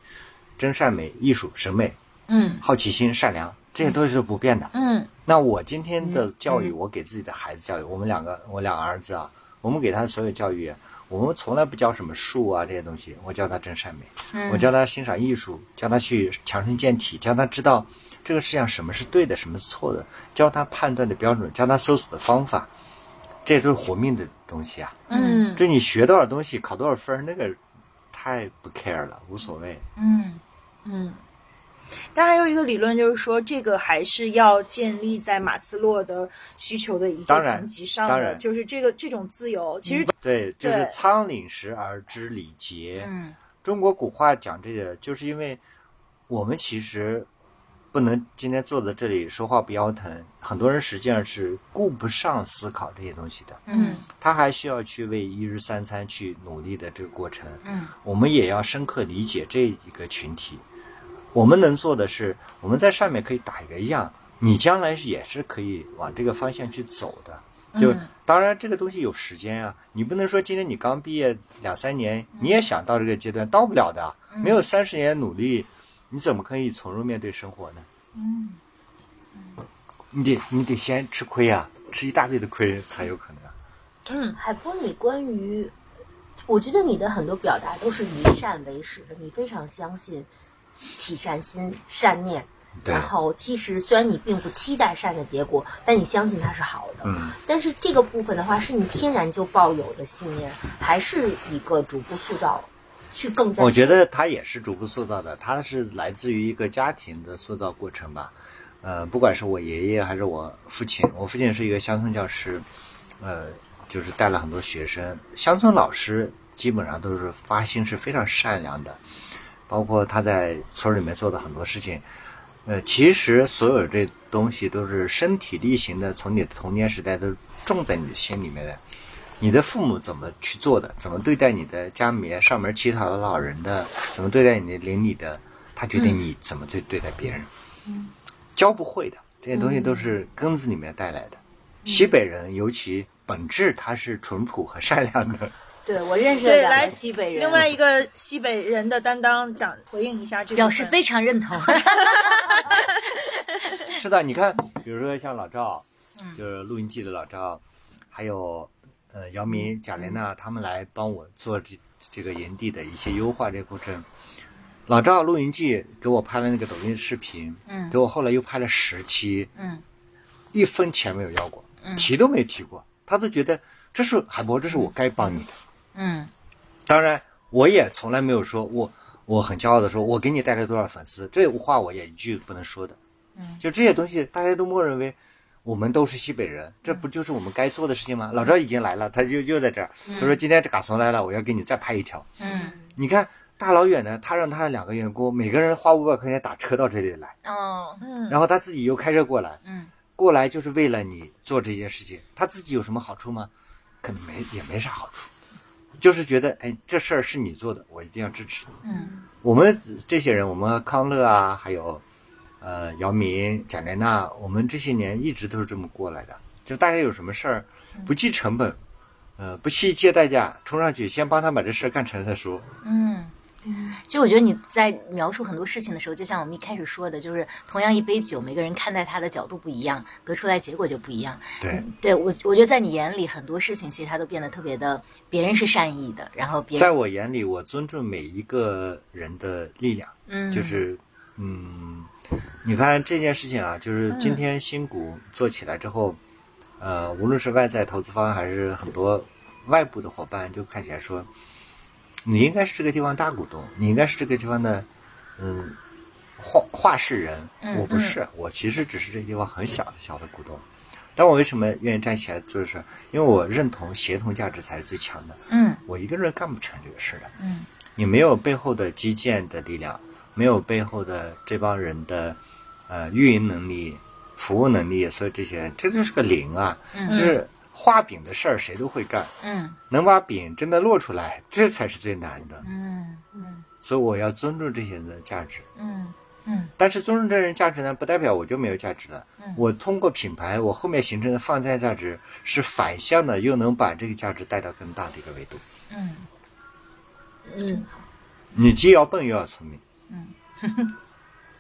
[SPEAKER 4] 真善美、艺术、审美、
[SPEAKER 1] 嗯
[SPEAKER 4] 好奇心、善良，这些东西是不变的。
[SPEAKER 1] 嗯
[SPEAKER 4] 那我今天的教育，我给自己的孩子教育，我们两个，我俩儿子啊，我们给他的所有教育，我们从来不教什么术啊这些东西，我教他真善美，
[SPEAKER 1] 嗯
[SPEAKER 4] 我教他欣赏艺术，教他去强身健体，教他知道这个世界上什么是对的，什么是错的，教他判断的标准，教他搜索的方法，这都是活命的东西啊。
[SPEAKER 1] 嗯
[SPEAKER 2] 嗯
[SPEAKER 4] 就你学多少东西，考多少分儿，那个太不 care 了，无所谓。
[SPEAKER 1] 嗯
[SPEAKER 2] 嗯，但还有一个理论就是说，这个还是要建立在马斯洛的需求的一
[SPEAKER 4] 当
[SPEAKER 2] 个
[SPEAKER 4] 然
[SPEAKER 2] 层级上
[SPEAKER 4] 当
[SPEAKER 2] 的，
[SPEAKER 4] 然嗯
[SPEAKER 2] 就是这个这种自由，其实
[SPEAKER 4] 对，就是
[SPEAKER 2] 对
[SPEAKER 4] 仓廪实而知礼节。
[SPEAKER 1] 嗯
[SPEAKER 4] 中国古话讲这个，就是因为我们其实不能今天坐在这里说话不腰疼，很多人实际上是顾不上思考这些东西的，
[SPEAKER 1] 嗯
[SPEAKER 4] 他还需要去为一日三餐去努力的这个过程。
[SPEAKER 1] 嗯，
[SPEAKER 4] 我们也要深刻理解这一个群体。我们能做的是，我们在上面可以打一个样，你将来也是可以往这个方向去走的。
[SPEAKER 1] 嗯
[SPEAKER 4] 就、当然这个东西有时间啊，你不能说今天你刚毕业两三年，
[SPEAKER 1] 嗯
[SPEAKER 4] 你也想到这个阶段，到不了的。啊没有三十年努力，你怎么可以从容面对生活呢？嗯
[SPEAKER 1] 嗯
[SPEAKER 4] 你得你得先吃亏啊，吃一大堆的亏才有可能啊。
[SPEAKER 2] 嗯
[SPEAKER 3] 海波，你关于，我觉得你的很多表达都是以善为始的，你非常相信起善心、善念。
[SPEAKER 4] 对
[SPEAKER 3] 然后，其实虽然你并不期待善的结果，但你相信它是好的。
[SPEAKER 4] 嗯，
[SPEAKER 3] 但是这个部分的话，是你天然就抱有的信念，还是一个逐步塑造，去更加？
[SPEAKER 4] 我觉得他也是逐步塑造的，他是来自于一个家庭的塑造过程吧。呃，不管是我爷爷还是我父亲，我父亲是一个乡村教师，呃，就是带了很多学生。乡村老师基本上都是发心是非常善良的，包括他在村里面做的很多事情。呃，其实所有这东西都是身体力行的，从你的童年时代都种在你的心里面的。你的父母怎么去做的，怎么对待你的家里面上门乞讨的老人的，怎么对待你的邻里的，他决定你怎么去对待别人。教不会的这些东西都是根子里面带来的。西北人尤其本质他是淳朴和善良的，
[SPEAKER 1] 对我认识了
[SPEAKER 2] 对
[SPEAKER 1] 两
[SPEAKER 2] 来
[SPEAKER 1] 个西北人，
[SPEAKER 2] 另外一个西北人的担当讲回应一下这个
[SPEAKER 1] 表示非常认 同。
[SPEAKER 4] 是的。你看，比如说像老赵，
[SPEAKER 1] 嗯
[SPEAKER 4] 就是录音记的老赵，还有呃姚
[SPEAKER 1] 嗯
[SPEAKER 4] 明、贾玲娜，他们来帮我做这这个营地的一些优化这个过程。老赵录音记给我拍了那个抖音视频，
[SPEAKER 1] 嗯
[SPEAKER 4] 给我后来又拍了十期，
[SPEAKER 1] 嗯
[SPEAKER 4] 一分钱没有要过，
[SPEAKER 1] 嗯
[SPEAKER 4] 提都没提过，他都觉得这是海博，这是我该帮你的。
[SPEAKER 1] 嗯
[SPEAKER 4] 当然，我也从来没有说我我很骄傲的说，我给你带来多少粉丝，这话我也一句不能说的。
[SPEAKER 1] 嗯，
[SPEAKER 4] 就这些东西，大家都默认为我们都是西北人，这不就是我们该做的事情吗？老赵已经来了，他就又在这儿，他说今天这嘎怂来了，我要给你再拍一条。
[SPEAKER 1] 嗯
[SPEAKER 4] 你看大老远的，他让他的两个员工每个人花五百块钱打车到这里来，
[SPEAKER 1] 哦
[SPEAKER 2] 嗯
[SPEAKER 4] 然后他自己又开车过来，
[SPEAKER 1] 嗯
[SPEAKER 4] 过来就是为了你做这件事情，他自己有什么好处吗？可能没，也没啥好处，就是觉得，哎，这事儿是你做的，我一定要支持你。
[SPEAKER 1] 嗯
[SPEAKER 4] 我们这些人，我们康乐啊，还有呃姚明、贾玲娜，我们这些年一直都是这么过来的，就大家有什么事儿，
[SPEAKER 1] 嗯
[SPEAKER 4] 不计成本，呃，不惜一切代价冲上去，先帮他把这事儿干成再说。
[SPEAKER 1] 嗯。其实我觉得你在描述很多事情的时候，就像我们一开始说的，就是同样一杯酒，每个人看待它的角度不一样，得出来结果就不一样。
[SPEAKER 4] 对，
[SPEAKER 1] 对我，我觉得在你眼里，很多事情其实它都变得特别的，别人是善意的，然后别
[SPEAKER 4] 在
[SPEAKER 1] 人
[SPEAKER 4] 我眼里，我尊重每一个人的力量。
[SPEAKER 1] 嗯
[SPEAKER 4] 就是，嗯，你发现这件事情啊，就是今天新股做起来之后，呃，无论是外在投资方还是很多外部的伙伴，就看起来说，你应该是这个地方大股东，你应该是这个地方的，嗯，话话事人。我不是，我其实只是这地方很小的小的股东。但我为什么愿意站起来做这事儿？因为我认同协同价值才是最强的。
[SPEAKER 1] 嗯
[SPEAKER 4] 我一个人干不成这个事儿的。
[SPEAKER 1] 嗯，
[SPEAKER 4] 你没有背后的基建的力量，没有背后的这帮人的呃运营能力、服务能力，所以这些这就是个零啊。
[SPEAKER 1] 嗯
[SPEAKER 4] 就是画饼的事儿谁都会干，
[SPEAKER 1] 嗯
[SPEAKER 4] 能把饼真的落出来，这才是最难的。
[SPEAKER 1] 嗯
[SPEAKER 4] 所以我要尊重这些人的价值。
[SPEAKER 1] 嗯嗯
[SPEAKER 4] 但是尊重这人价值呢，不代表我就没有价值了。
[SPEAKER 2] 嗯
[SPEAKER 4] 我通过品牌，我后面形成的放大价值是反向的，又能把这个价值带到更大的一个维度。
[SPEAKER 1] 嗯
[SPEAKER 2] 嗯，
[SPEAKER 4] 你既要笨又要聪明，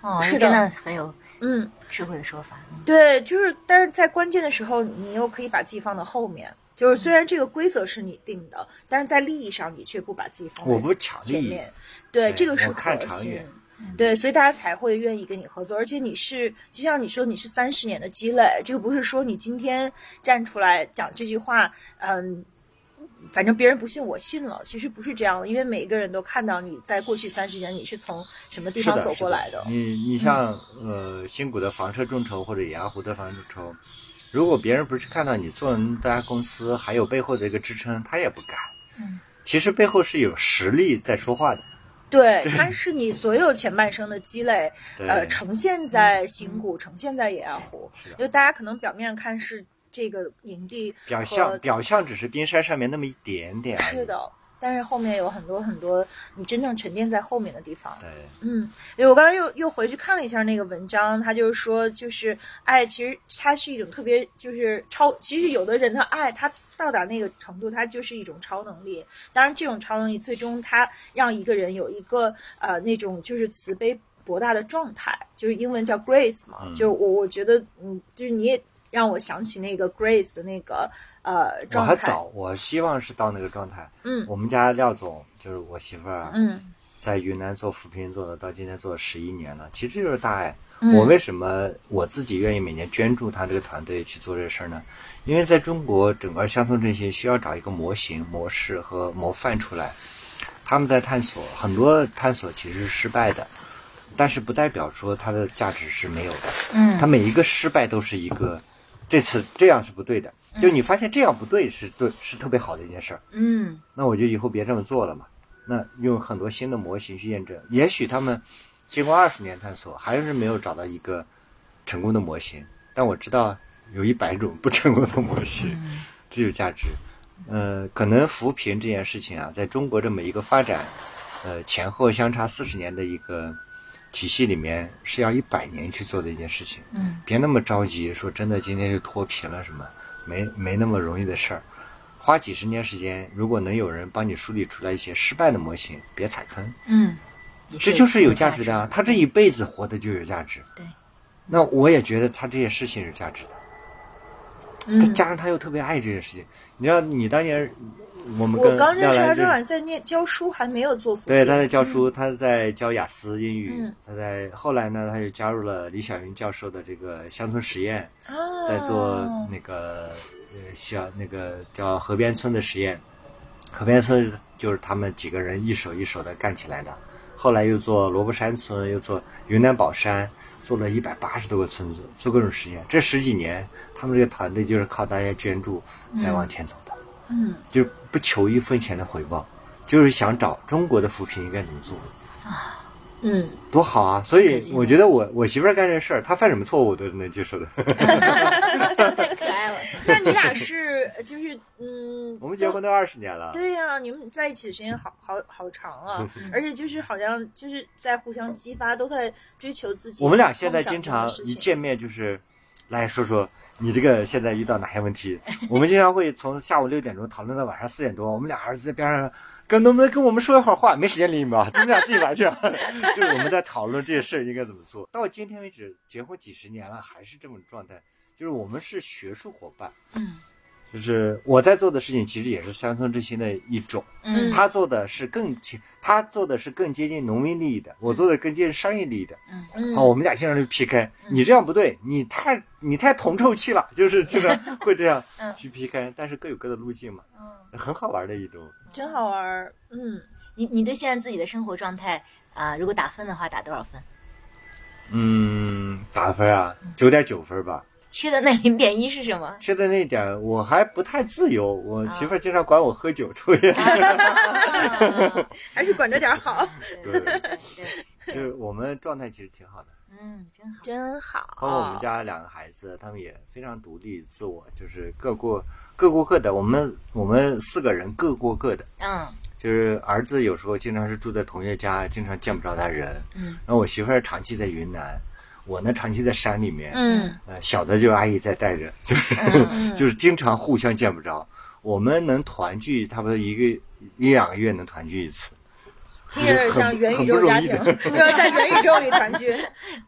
[SPEAKER 1] 哦，
[SPEAKER 2] 是
[SPEAKER 1] 这
[SPEAKER 2] 的
[SPEAKER 1] 真的很有
[SPEAKER 2] 嗯，
[SPEAKER 1] 智慧的说法。嗯
[SPEAKER 2] 对，就是，但是在关键的时候，你又可以把自己放到后面。就是虽然这个规则是你定的，但是在利益上你却不把自己放在
[SPEAKER 4] 我不抢
[SPEAKER 2] 前
[SPEAKER 4] 利益。
[SPEAKER 2] 面。对，
[SPEAKER 4] 对
[SPEAKER 2] 这个是
[SPEAKER 4] 我看
[SPEAKER 2] 核
[SPEAKER 4] 长
[SPEAKER 2] 心
[SPEAKER 4] 远。
[SPEAKER 2] 对，所以大家才会愿意跟你合作，而且你是就像你说，你是三十年的积累，这个不是说你今天站出来讲这句话，嗯，反正别人不信我信了，其实不是这样的，因为每一个人都看到你在过去三十年你是从什么地
[SPEAKER 4] 是
[SPEAKER 2] 方
[SPEAKER 4] 的，
[SPEAKER 2] 走
[SPEAKER 4] 是
[SPEAKER 2] 过
[SPEAKER 4] 的
[SPEAKER 2] 来的，
[SPEAKER 4] 你你像、呃新谷的房车众筹或者野鸭湖的房车众筹，如果别人不是看到你做了那家公司还有背后的一个支撑，他也不敢。
[SPEAKER 1] 嗯，
[SPEAKER 4] 其实背后是有实力在说话的。
[SPEAKER 2] 对，它是你所有前半生的积累，
[SPEAKER 4] 对嗯
[SPEAKER 2] 呃，呈现在新谷，呈现在野鸭湖
[SPEAKER 4] 是的，
[SPEAKER 2] 就大家可能表面上看是这个营地
[SPEAKER 4] 表
[SPEAKER 2] 和
[SPEAKER 4] 象表象只是冰山上面那么一点点而已。
[SPEAKER 2] 是，的，但是后面有很多很多你真正沉淀在后面的地方。
[SPEAKER 4] 对，
[SPEAKER 2] 嗯，因为我刚才又又回去看了一下那个文章，他就是说，就是爱，其实它是一种特别，就是超，其实有的人的爱，他到达那个程度，它就是一种超能力。当然，这种超能力最终它让一个人有一个呃那种就是慈悲博大的状态，就是英文叫 grace 嘛，
[SPEAKER 4] 嗯
[SPEAKER 2] 就是我我觉得，嗯，就是你也让我想起那个 grace 的那个呃
[SPEAKER 4] 我
[SPEAKER 2] 状
[SPEAKER 4] 还
[SPEAKER 2] 态，
[SPEAKER 4] 早，我希望是到那个状态。
[SPEAKER 2] 嗯
[SPEAKER 4] 我们家廖总就是我媳妇儿啊，
[SPEAKER 2] 嗯
[SPEAKER 4] 在云南做扶贫做了到今天做了十一年了，其实就是大爱。
[SPEAKER 2] 嗯
[SPEAKER 4] 我为什么我自己愿意每年捐助他这个团队去做这事儿呢？因为在中国整个乡村振兴需要找一个模型、模式和模范出来。他们在探索，很多探索其实是失败的，但是不代表说它的价值是没有的。他
[SPEAKER 1] 嗯
[SPEAKER 4] 每一个失败都是一个，这次这样是不对的。就你发现这样不对是对是特别好的一件事儿，
[SPEAKER 1] 嗯
[SPEAKER 4] 那我就以后别这么做了嘛。那用很多新的模型去验证，也许他们经过二十年探索，还是没有找到一个成功的模型。但我知道有一百种不成功的模型，这有价值。呃，可能扶贫这件事情啊，在中国这么一个发展，呃，前后相差四十年的一个体系里面，是要一百年去做的一件事情。
[SPEAKER 1] 嗯，
[SPEAKER 4] 别那么着急，说真的，今天就脱贫了什么，没没那么容易的事儿。花几十年时间，如果能有人帮你梳理出来一些失败的模型，别踩坑，
[SPEAKER 1] 嗯，也
[SPEAKER 4] 这就是有价值的啊！他这一辈子活的就有价值。
[SPEAKER 1] 对，
[SPEAKER 4] 那我也觉得他这些事情有价值的。他
[SPEAKER 2] 嗯。
[SPEAKER 4] 加上他又特别爱这件事情，你知道，你当年我们
[SPEAKER 2] 我
[SPEAKER 4] 跟
[SPEAKER 2] 刚认识他，
[SPEAKER 4] 廖兰
[SPEAKER 2] 正好在念教书，还没有做服务。
[SPEAKER 4] 对，他在教书，他在教雅思英语，
[SPEAKER 2] 嗯
[SPEAKER 4] 他在后来呢，他就加入了李小云教授的这个乡村实验，
[SPEAKER 2] 啊
[SPEAKER 4] 在做那个呃小那个叫河边村的实验，河边村就是他们几个人一手一手的干起来的。后来又做萝卜山村，又做云南保山，做了一百八十多个村子，做各种实验。这十几年，他们这个团队就是靠大家捐助才往前走的。
[SPEAKER 2] 嗯，
[SPEAKER 4] 就是不求一分钱的回报，就是想找中国的扶贫应该怎么做，
[SPEAKER 2] 嗯，
[SPEAKER 4] 多好啊！所以
[SPEAKER 1] 激
[SPEAKER 4] 我觉得我我媳妇儿干这事儿，她犯什么错误我都能接受的。
[SPEAKER 1] 太可爱了。
[SPEAKER 2] 那你俩是呃就是嗯，
[SPEAKER 4] 我们结婚都二十年了
[SPEAKER 2] 都。，对呀、你们在一起的时间好好好长 啊，而且就是好像就是在互相激发，都在追求自己。
[SPEAKER 4] 我们俩现在经常
[SPEAKER 2] 事
[SPEAKER 4] 一
[SPEAKER 2] 情。
[SPEAKER 4] 见面就是，来说说你这个现在遇到哪些问题。 我们经常会从下午六点钟讨论到晚上四点多，我们俩儿子在边上。跟能不能跟我们说一会儿话？没时间理你们啊，你 们俩自己玩去啊。就是我们在讨论这些事儿应该怎么做。到今天为止，结婚几十年了，还是这种状态。就是我们是学术伙伴，
[SPEAKER 1] 嗯
[SPEAKER 4] 就是我在做的事情，其实也是乡村振兴的一种。
[SPEAKER 1] 嗯
[SPEAKER 4] 他做的是更亲，他做的是更接近农民利益的，我做的更接近商业利益的。
[SPEAKER 1] 嗯
[SPEAKER 2] 嗯
[SPEAKER 4] 啊，我们俩经常就 PK，你这样不对，你太你太铜臭气了， 就是经常会这样
[SPEAKER 1] 嗯
[SPEAKER 4] 去 PK，但是各有各的路径嘛，
[SPEAKER 1] 嗯，
[SPEAKER 4] 很好玩的一种。
[SPEAKER 2] 真好玩儿，嗯，
[SPEAKER 1] 你你对现在自己的生活状态啊、如果打分的话，打多少分？
[SPEAKER 4] 嗯，打分啊，九点九分吧。
[SPEAKER 1] 缺的那零点一是什 么？
[SPEAKER 4] 缺的那一点我还不太自由，我媳妇儿经常管我喝酒抽烟。
[SPEAKER 2] 还是管着点儿好，
[SPEAKER 4] 对， 就是我们状态其实挺好的，
[SPEAKER 1] 嗯，真好。
[SPEAKER 2] 真好。
[SPEAKER 4] 包括哦我们家两个孩子，他们也非常独立自我，就是各过各过各的。我们我们四个人各过各的，
[SPEAKER 1] 嗯
[SPEAKER 4] 就是儿子有时候经常是住在同学家，经常见不着他人。
[SPEAKER 1] 嗯，
[SPEAKER 4] 然后我媳妇儿长期在云南，我呢长期在山里面。
[SPEAKER 2] 嗯，
[SPEAKER 4] 呃，小的就阿姨在带着，就是、 就是经常互相见不着。我们能团聚，差不多一个一两个月能团聚一次。
[SPEAKER 2] 听着像元宇宙家庭，
[SPEAKER 4] 很
[SPEAKER 2] 要在元宇宙里团聚，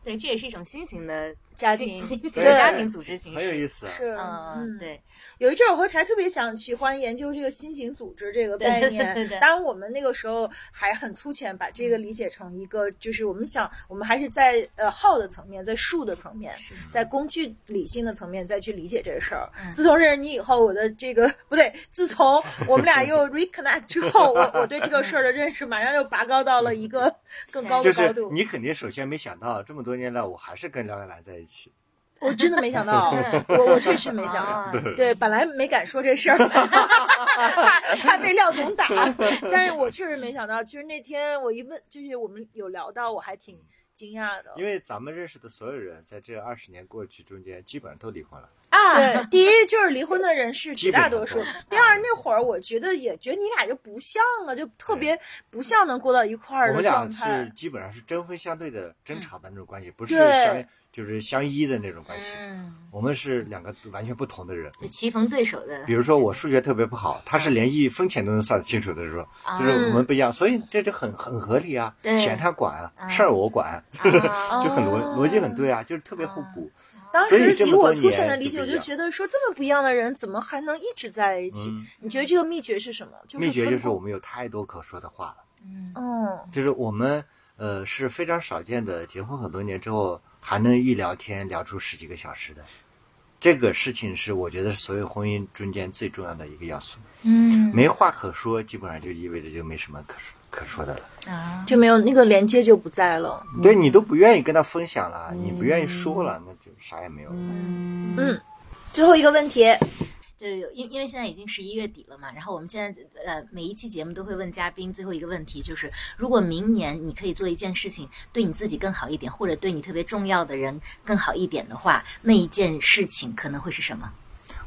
[SPEAKER 1] 对，这也是一种新型的
[SPEAKER 2] 家庭
[SPEAKER 1] 新新型的
[SPEAKER 2] 对
[SPEAKER 1] 家庭组织形
[SPEAKER 4] 很有
[SPEAKER 1] 式。
[SPEAKER 4] 意思啊。
[SPEAKER 2] 是
[SPEAKER 1] 嗯，对，
[SPEAKER 2] 有一阵儿，我和柴特别想去欢迎研究这个新型组织这个概
[SPEAKER 1] 对
[SPEAKER 2] 念。
[SPEAKER 1] 对对嗯对
[SPEAKER 2] 当然，我们那个时候还很粗浅，把这个理解成一个，就是我们想，我们还是在呃号的层面，在数的层面，在工具理性的层面再去理解这个事儿。
[SPEAKER 1] 嗯
[SPEAKER 2] 自从认识你以后，我的这个不对，自从我们俩又 reconnect 之后，我我对这个事儿的认识马上又拔高到了一个更高
[SPEAKER 4] 就
[SPEAKER 2] 的
[SPEAKER 4] 是
[SPEAKER 2] 高度。
[SPEAKER 4] 你肯定首先没想到，这么多年来我还是跟廖亚兰在一起。
[SPEAKER 2] 我真的没想到， 我我确实没想到。对，本来没敢说这事儿， 怕怕被廖总 打，但是我确实没想到。其实那天我一问，就是我们有聊到，我还挺惊讶的。
[SPEAKER 4] 因为咱们认识的所有人，在这二十年过去中间，基本上都离婚了。
[SPEAKER 3] 啊
[SPEAKER 2] 对，第一就是离婚的人是绝大多数
[SPEAKER 4] 基本上，
[SPEAKER 2] 第二那会儿我觉得也觉得你俩就不像了，就特别不像能过到一块
[SPEAKER 4] 我
[SPEAKER 2] 儿
[SPEAKER 4] 们
[SPEAKER 2] 的
[SPEAKER 4] 俩
[SPEAKER 2] 状
[SPEAKER 4] 是
[SPEAKER 2] 态。嗯
[SPEAKER 4] 基本上是针锋相对的、争吵的那种关系，不是
[SPEAKER 2] 对
[SPEAKER 4] 相就是相依的那种关系。
[SPEAKER 1] 嗯，
[SPEAKER 4] 我们是两个完全不同的人。
[SPEAKER 1] 就棋逢对手的
[SPEAKER 4] 比，如说我数学特别不好，他是连一分钱都能算得清楚的时候，
[SPEAKER 2] 嗯
[SPEAKER 1] 啊
[SPEAKER 4] 就是我们不一样，所以这就很很合理啊，
[SPEAKER 1] 对
[SPEAKER 4] 钱他管啊，
[SPEAKER 1] 嗯
[SPEAKER 4] 事儿我管，
[SPEAKER 1] 啊
[SPEAKER 4] 就很逻
[SPEAKER 2] 哦啊
[SPEAKER 4] 逻辑很对啊，就是特别互补。
[SPEAKER 2] 当
[SPEAKER 4] 所
[SPEAKER 2] 时
[SPEAKER 4] 以这么
[SPEAKER 2] 以我
[SPEAKER 4] 多
[SPEAKER 2] 粗浅的
[SPEAKER 4] 年
[SPEAKER 2] 理
[SPEAKER 4] 就
[SPEAKER 2] 解，
[SPEAKER 4] 不
[SPEAKER 2] 我
[SPEAKER 4] 一
[SPEAKER 2] 就
[SPEAKER 4] 样
[SPEAKER 2] 觉得说这么不一样的人，怎么还能一直在一起
[SPEAKER 4] 嗯？
[SPEAKER 2] 你觉得这个秘诀是什么？就是
[SPEAKER 4] 秘诀就
[SPEAKER 2] 分
[SPEAKER 4] 是我们有太多可说的话了。
[SPEAKER 1] 嗯
[SPEAKER 2] 嗯
[SPEAKER 4] 就是我们呃是非常少见的，结婚很多年之后还能一聊天聊出十几个小时的，这个事情是我觉得是所有婚姻中间最重要的一个要素。
[SPEAKER 1] 嗯
[SPEAKER 4] 没话可说，基本上就意味着就没什么可说可说的了。
[SPEAKER 1] 啊，
[SPEAKER 2] 就没有那个连接就不在了。
[SPEAKER 4] 对你都不愿意跟他分享了，你不愿意说了，那就啥也没有了。
[SPEAKER 2] 嗯，最后一个问题，
[SPEAKER 1] 就有因因为现在已经十一月底了嘛，然后我们现在呃每一期节目都会问嘉宾最后一个问题，就是如果明年你可以做一件事情对你自己更好一点，或者对你特别重要的人更好一点的话，那一件事情可能会是什么？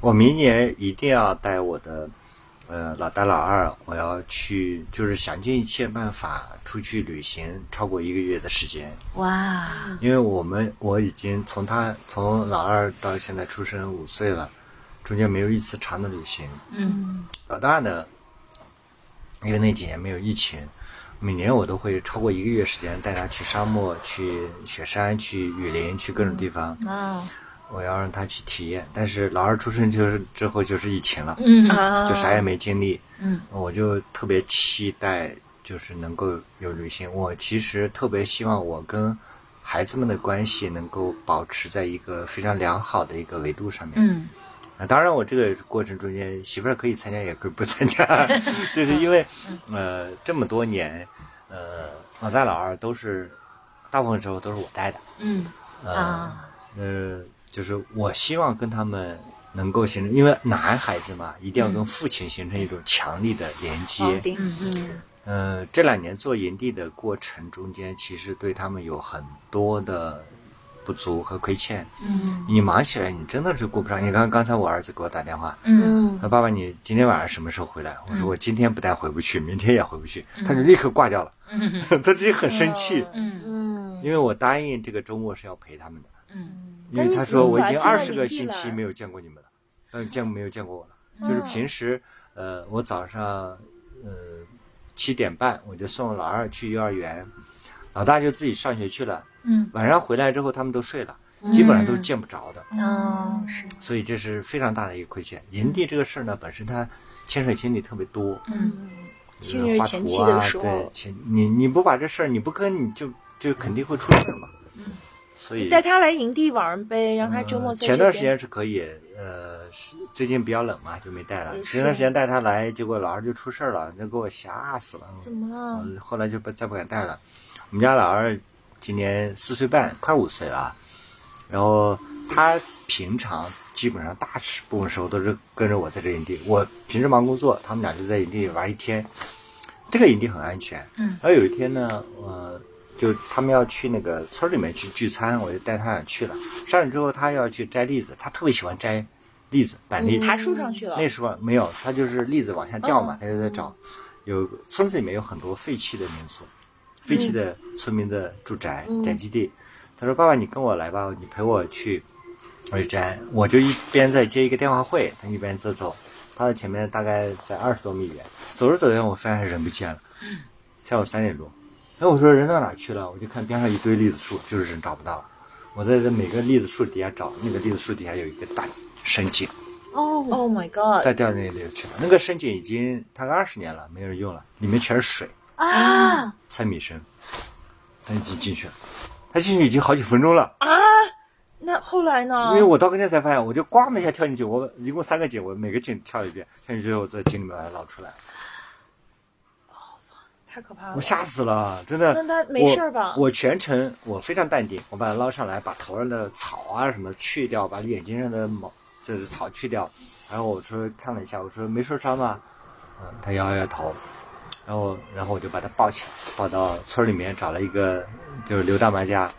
[SPEAKER 4] 我明年一定要带我的呃老大老二，我要去就是想尽一切办法出去旅行，超过一个月的时间。
[SPEAKER 1] 哇，
[SPEAKER 4] 因为我们我已经从他从老二到现在出生五岁了，中间没有一次长的旅行。
[SPEAKER 1] 嗯
[SPEAKER 4] 老大呢，因为那几年没有疫情，每年我都会超过一个月时间带他去沙漠、去雪山、去雨林、去各种地方，
[SPEAKER 1] 啊，
[SPEAKER 4] 我要让他去体验。但是老二出生就是之后就是疫情了，
[SPEAKER 1] 嗯
[SPEAKER 2] 啊
[SPEAKER 4] 就啥也没经历。呃
[SPEAKER 1] 嗯，
[SPEAKER 4] 我就特别期待，就是能够有旅行。我其实特别希望我跟孩子们的关系能够保持在一个非常良好的一个维度上面。
[SPEAKER 1] 嗯
[SPEAKER 4] 啊，当然，我这个过程中间，媳妇儿可以参加，也可以不参加， 就是因为，
[SPEAKER 1] 嗯
[SPEAKER 4] 呃，这么多年，呃，老大老二都是，大部分时候都是我带的，
[SPEAKER 1] 嗯
[SPEAKER 4] 呃，
[SPEAKER 1] 啊
[SPEAKER 4] 呃，就是我希望跟他们能够形成，因为男孩子嘛，一定要跟父亲形成一种强力的连接，
[SPEAKER 1] 嗯
[SPEAKER 4] 呃，这两年做营地的过程中间，其实对他们有很多的不足和亏欠。
[SPEAKER 1] 嗯
[SPEAKER 4] 你忙起来，你真的是顾不上。你看刚才我儿子给我打电话，
[SPEAKER 1] 嗯
[SPEAKER 3] 嗯
[SPEAKER 4] 他说爸爸，你今天晚上什么时候回来？我说我今天不但回不去，明天也回不去。他就立刻挂掉了，
[SPEAKER 1] 嗯
[SPEAKER 4] 他自己很生气，
[SPEAKER 1] 嗯
[SPEAKER 3] 嗯，
[SPEAKER 4] 因为我答应这个周末是要陪他们的，
[SPEAKER 1] 嗯
[SPEAKER 4] 因为他说我已经
[SPEAKER 2] 那
[SPEAKER 4] 二
[SPEAKER 2] 你
[SPEAKER 4] 十
[SPEAKER 2] 怎么把他
[SPEAKER 4] 个
[SPEAKER 2] 接
[SPEAKER 4] 星
[SPEAKER 2] 到营地
[SPEAKER 4] 期
[SPEAKER 2] 来嗯
[SPEAKER 4] 没有见过你们了，嗯，见没有见过我了。就是平时，呃，我早上，呃，七点半我就送老二去幼儿园，老大就自己上学去了。
[SPEAKER 1] 嗯，
[SPEAKER 4] 晚上回来之后他们都睡了，
[SPEAKER 2] 嗯
[SPEAKER 4] 基本上都见不着的，
[SPEAKER 1] 哦是
[SPEAKER 4] 所以这是非常大的一个亏欠。营地这个事儿呢，本身它牵扯精力特别多，
[SPEAKER 1] 嗯
[SPEAKER 2] 侵略
[SPEAKER 4] 画
[SPEAKER 2] 前
[SPEAKER 4] 图
[SPEAKER 2] 期的
[SPEAKER 4] 啊
[SPEAKER 2] 时候
[SPEAKER 4] 对，前你你不把这事儿你不跟你就就肯定会出事儿嘛，
[SPEAKER 2] 嗯
[SPEAKER 4] 所以
[SPEAKER 2] 带他来营地玩呗，让他
[SPEAKER 4] 嗯
[SPEAKER 2] 周末在
[SPEAKER 4] 前
[SPEAKER 2] 这
[SPEAKER 4] 段时
[SPEAKER 2] 边。
[SPEAKER 4] 间是可以，呃，是最近比较冷嘛，就没带了。
[SPEAKER 2] 也是
[SPEAKER 4] 前段时间带他来，结果老二就出事儿了，那给我吓死了。
[SPEAKER 2] 怎么了？
[SPEAKER 4] 嗯后来就不再不敢带了。我们家老二今年四岁半，快五岁了啊，然后他平常基本上大部分时候都是跟着我在这营地，我平时忙工作，他们俩就在营地玩一天。这个营地很安全，
[SPEAKER 1] 嗯。
[SPEAKER 4] 然后有一天呢，呃，就他们要去那个村里面去聚餐，我就带他俩去了。上去之后，他要去摘栗子，他特别喜欢摘栗子、板栗。
[SPEAKER 2] 爬树上去了。嗯
[SPEAKER 4] 那时候没有，他就是栗子往下掉嘛，他就在找。有村子里面有很多废弃的民宿，废
[SPEAKER 2] 嗯
[SPEAKER 4] 弃的村民的住宅、宅基地。他说：“爸爸，你跟我来吧，你陪我去。”我就摘，我就一边在接一个电话会，他一边在走。他在前面大概在二十多米远，走着走着，我发现人不见了。
[SPEAKER 2] 嗯
[SPEAKER 4] 下午三点钟，哎，我说人到哪儿去了？我就看边上一堆栗子树，就是人找不到了。我在这每个栗子树底下找，那个栗子树底下有一个大深井，
[SPEAKER 3] 哦，
[SPEAKER 2] Oh my god！
[SPEAKER 4] 再掉那里去了。那个深井已经大概二十年了，没人用了，里面全是水
[SPEAKER 3] 啊，
[SPEAKER 4] 三米深，他已经进去了。他进去已经好几分钟了，
[SPEAKER 2] 那后来呢？
[SPEAKER 4] 因为我到跟前才发现，我就咣的一下跳进去，我一共三个井，我每个井跳一遍，跳进去之后在井里面把它捞出来，
[SPEAKER 2] 太可怕了
[SPEAKER 4] 我。吓死了，真的。
[SPEAKER 2] 啊那他没事儿吧
[SPEAKER 4] 我？我全程我非常淡定，我把它捞上来，把头上的草啊什么去掉，把眼睛上的毛就是草去掉，然后我说看了一下，我说没受伤吧？嗯，他摇摇头，然后然后我就把他抱起来，抱到村里面找了一个就是刘大妈家，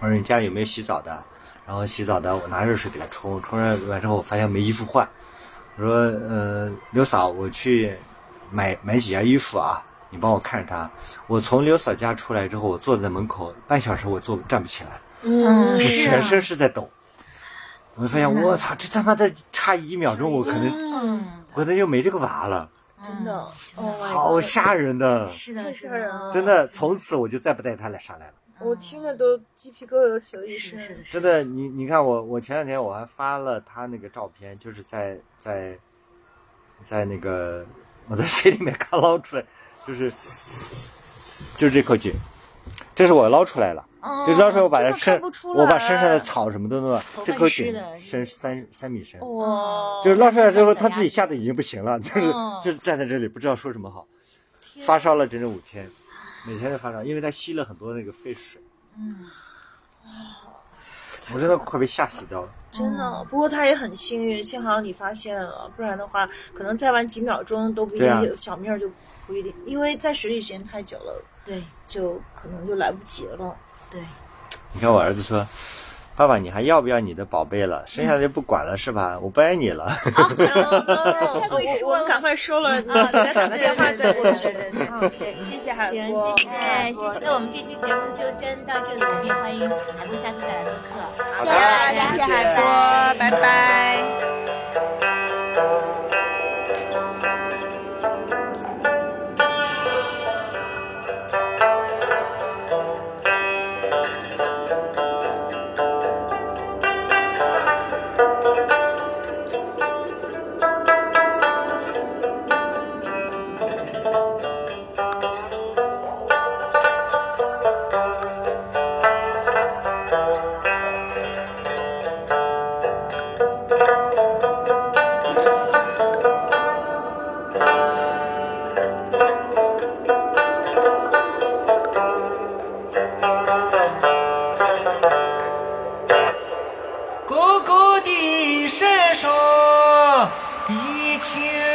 [SPEAKER 4] 我说你家里有没有洗澡的？然后洗澡的我拿热水给他冲，冲上完之后我发现没衣服换，我说呃刘嫂，我去买买几件衣服啊，你帮我看着他。我从刘嫂家出来之后，我坐在门口半小时，我坐站不起来，
[SPEAKER 1] 嗯
[SPEAKER 4] 我
[SPEAKER 1] 是啊
[SPEAKER 4] 全身是在抖。我就发现我操，这他妈的差一秒钟，我可能
[SPEAKER 1] 嗯，
[SPEAKER 4] 我可能就没这个娃了，
[SPEAKER 2] 真的，Oh my god！
[SPEAKER 4] 好吓人的，
[SPEAKER 1] 是啊的，
[SPEAKER 2] 太
[SPEAKER 1] 嗯是
[SPEAKER 2] 吓人了
[SPEAKER 1] 的，
[SPEAKER 4] 真的，从此我就再不带他俩上来了。
[SPEAKER 2] 我听着都鸡皮疙瘩都起了一
[SPEAKER 1] 是
[SPEAKER 2] 身
[SPEAKER 1] 的，。是的，是
[SPEAKER 4] 真
[SPEAKER 1] 的，
[SPEAKER 4] 的，你你看我，我前两天我还发了他那个照片，就是在在在那个我在水里面刚捞出来，就是就是这口井，这是我捞出来了，
[SPEAKER 1] 哦
[SPEAKER 4] 就捞出来我把它
[SPEAKER 2] 这么
[SPEAKER 4] 身
[SPEAKER 2] 看不出来
[SPEAKER 4] 我把身上的草什么都弄了
[SPEAKER 1] 头，发
[SPEAKER 4] 这口
[SPEAKER 1] 湿
[SPEAKER 4] 井
[SPEAKER 1] 的
[SPEAKER 4] 深三三米
[SPEAKER 2] 哦
[SPEAKER 4] 深，
[SPEAKER 2] 哇！
[SPEAKER 4] 就是捞出来之后
[SPEAKER 1] 像小
[SPEAKER 4] 他自己
[SPEAKER 1] 鸭
[SPEAKER 4] 吓得已经不行了，就是
[SPEAKER 1] 哦
[SPEAKER 4] 就是站在这里不知道说什么好，发烧了整整五天，每天都发烧，因为他吸了很多那个废水，
[SPEAKER 1] 嗯，
[SPEAKER 4] 我真的快被吓死掉了。
[SPEAKER 2] 真的，不过他也很幸运，幸好你发现了，不然的话，可能再晚几秒钟都不一定
[SPEAKER 4] 对啊
[SPEAKER 2] 有小命儿就不一定，因为在水里时间太久了，
[SPEAKER 1] 对
[SPEAKER 2] 就可能就来不及了。
[SPEAKER 1] 对，
[SPEAKER 4] 你看我儿子说：“爸爸，你还要不要你的宝贝了？生下来就不管了是吧？我不爱你了。
[SPEAKER 1] 哦 太会说
[SPEAKER 2] 我我
[SPEAKER 1] 了嗯
[SPEAKER 2] 们赶快收 了，你给他打个电话再过去
[SPEAKER 1] 对对对对对。
[SPEAKER 2] 嗯谢谢海
[SPEAKER 1] 行，
[SPEAKER 2] 波，
[SPEAKER 1] 谢谢，
[SPEAKER 2] 哎
[SPEAKER 1] 谢谢。那我们这期节目就先到这里，我们也欢迎海波下次再来做客。
[SPEAKER 2] 好的，谢谢海波，拜拜。
[SPEAKER 5] 哥哥的身上已经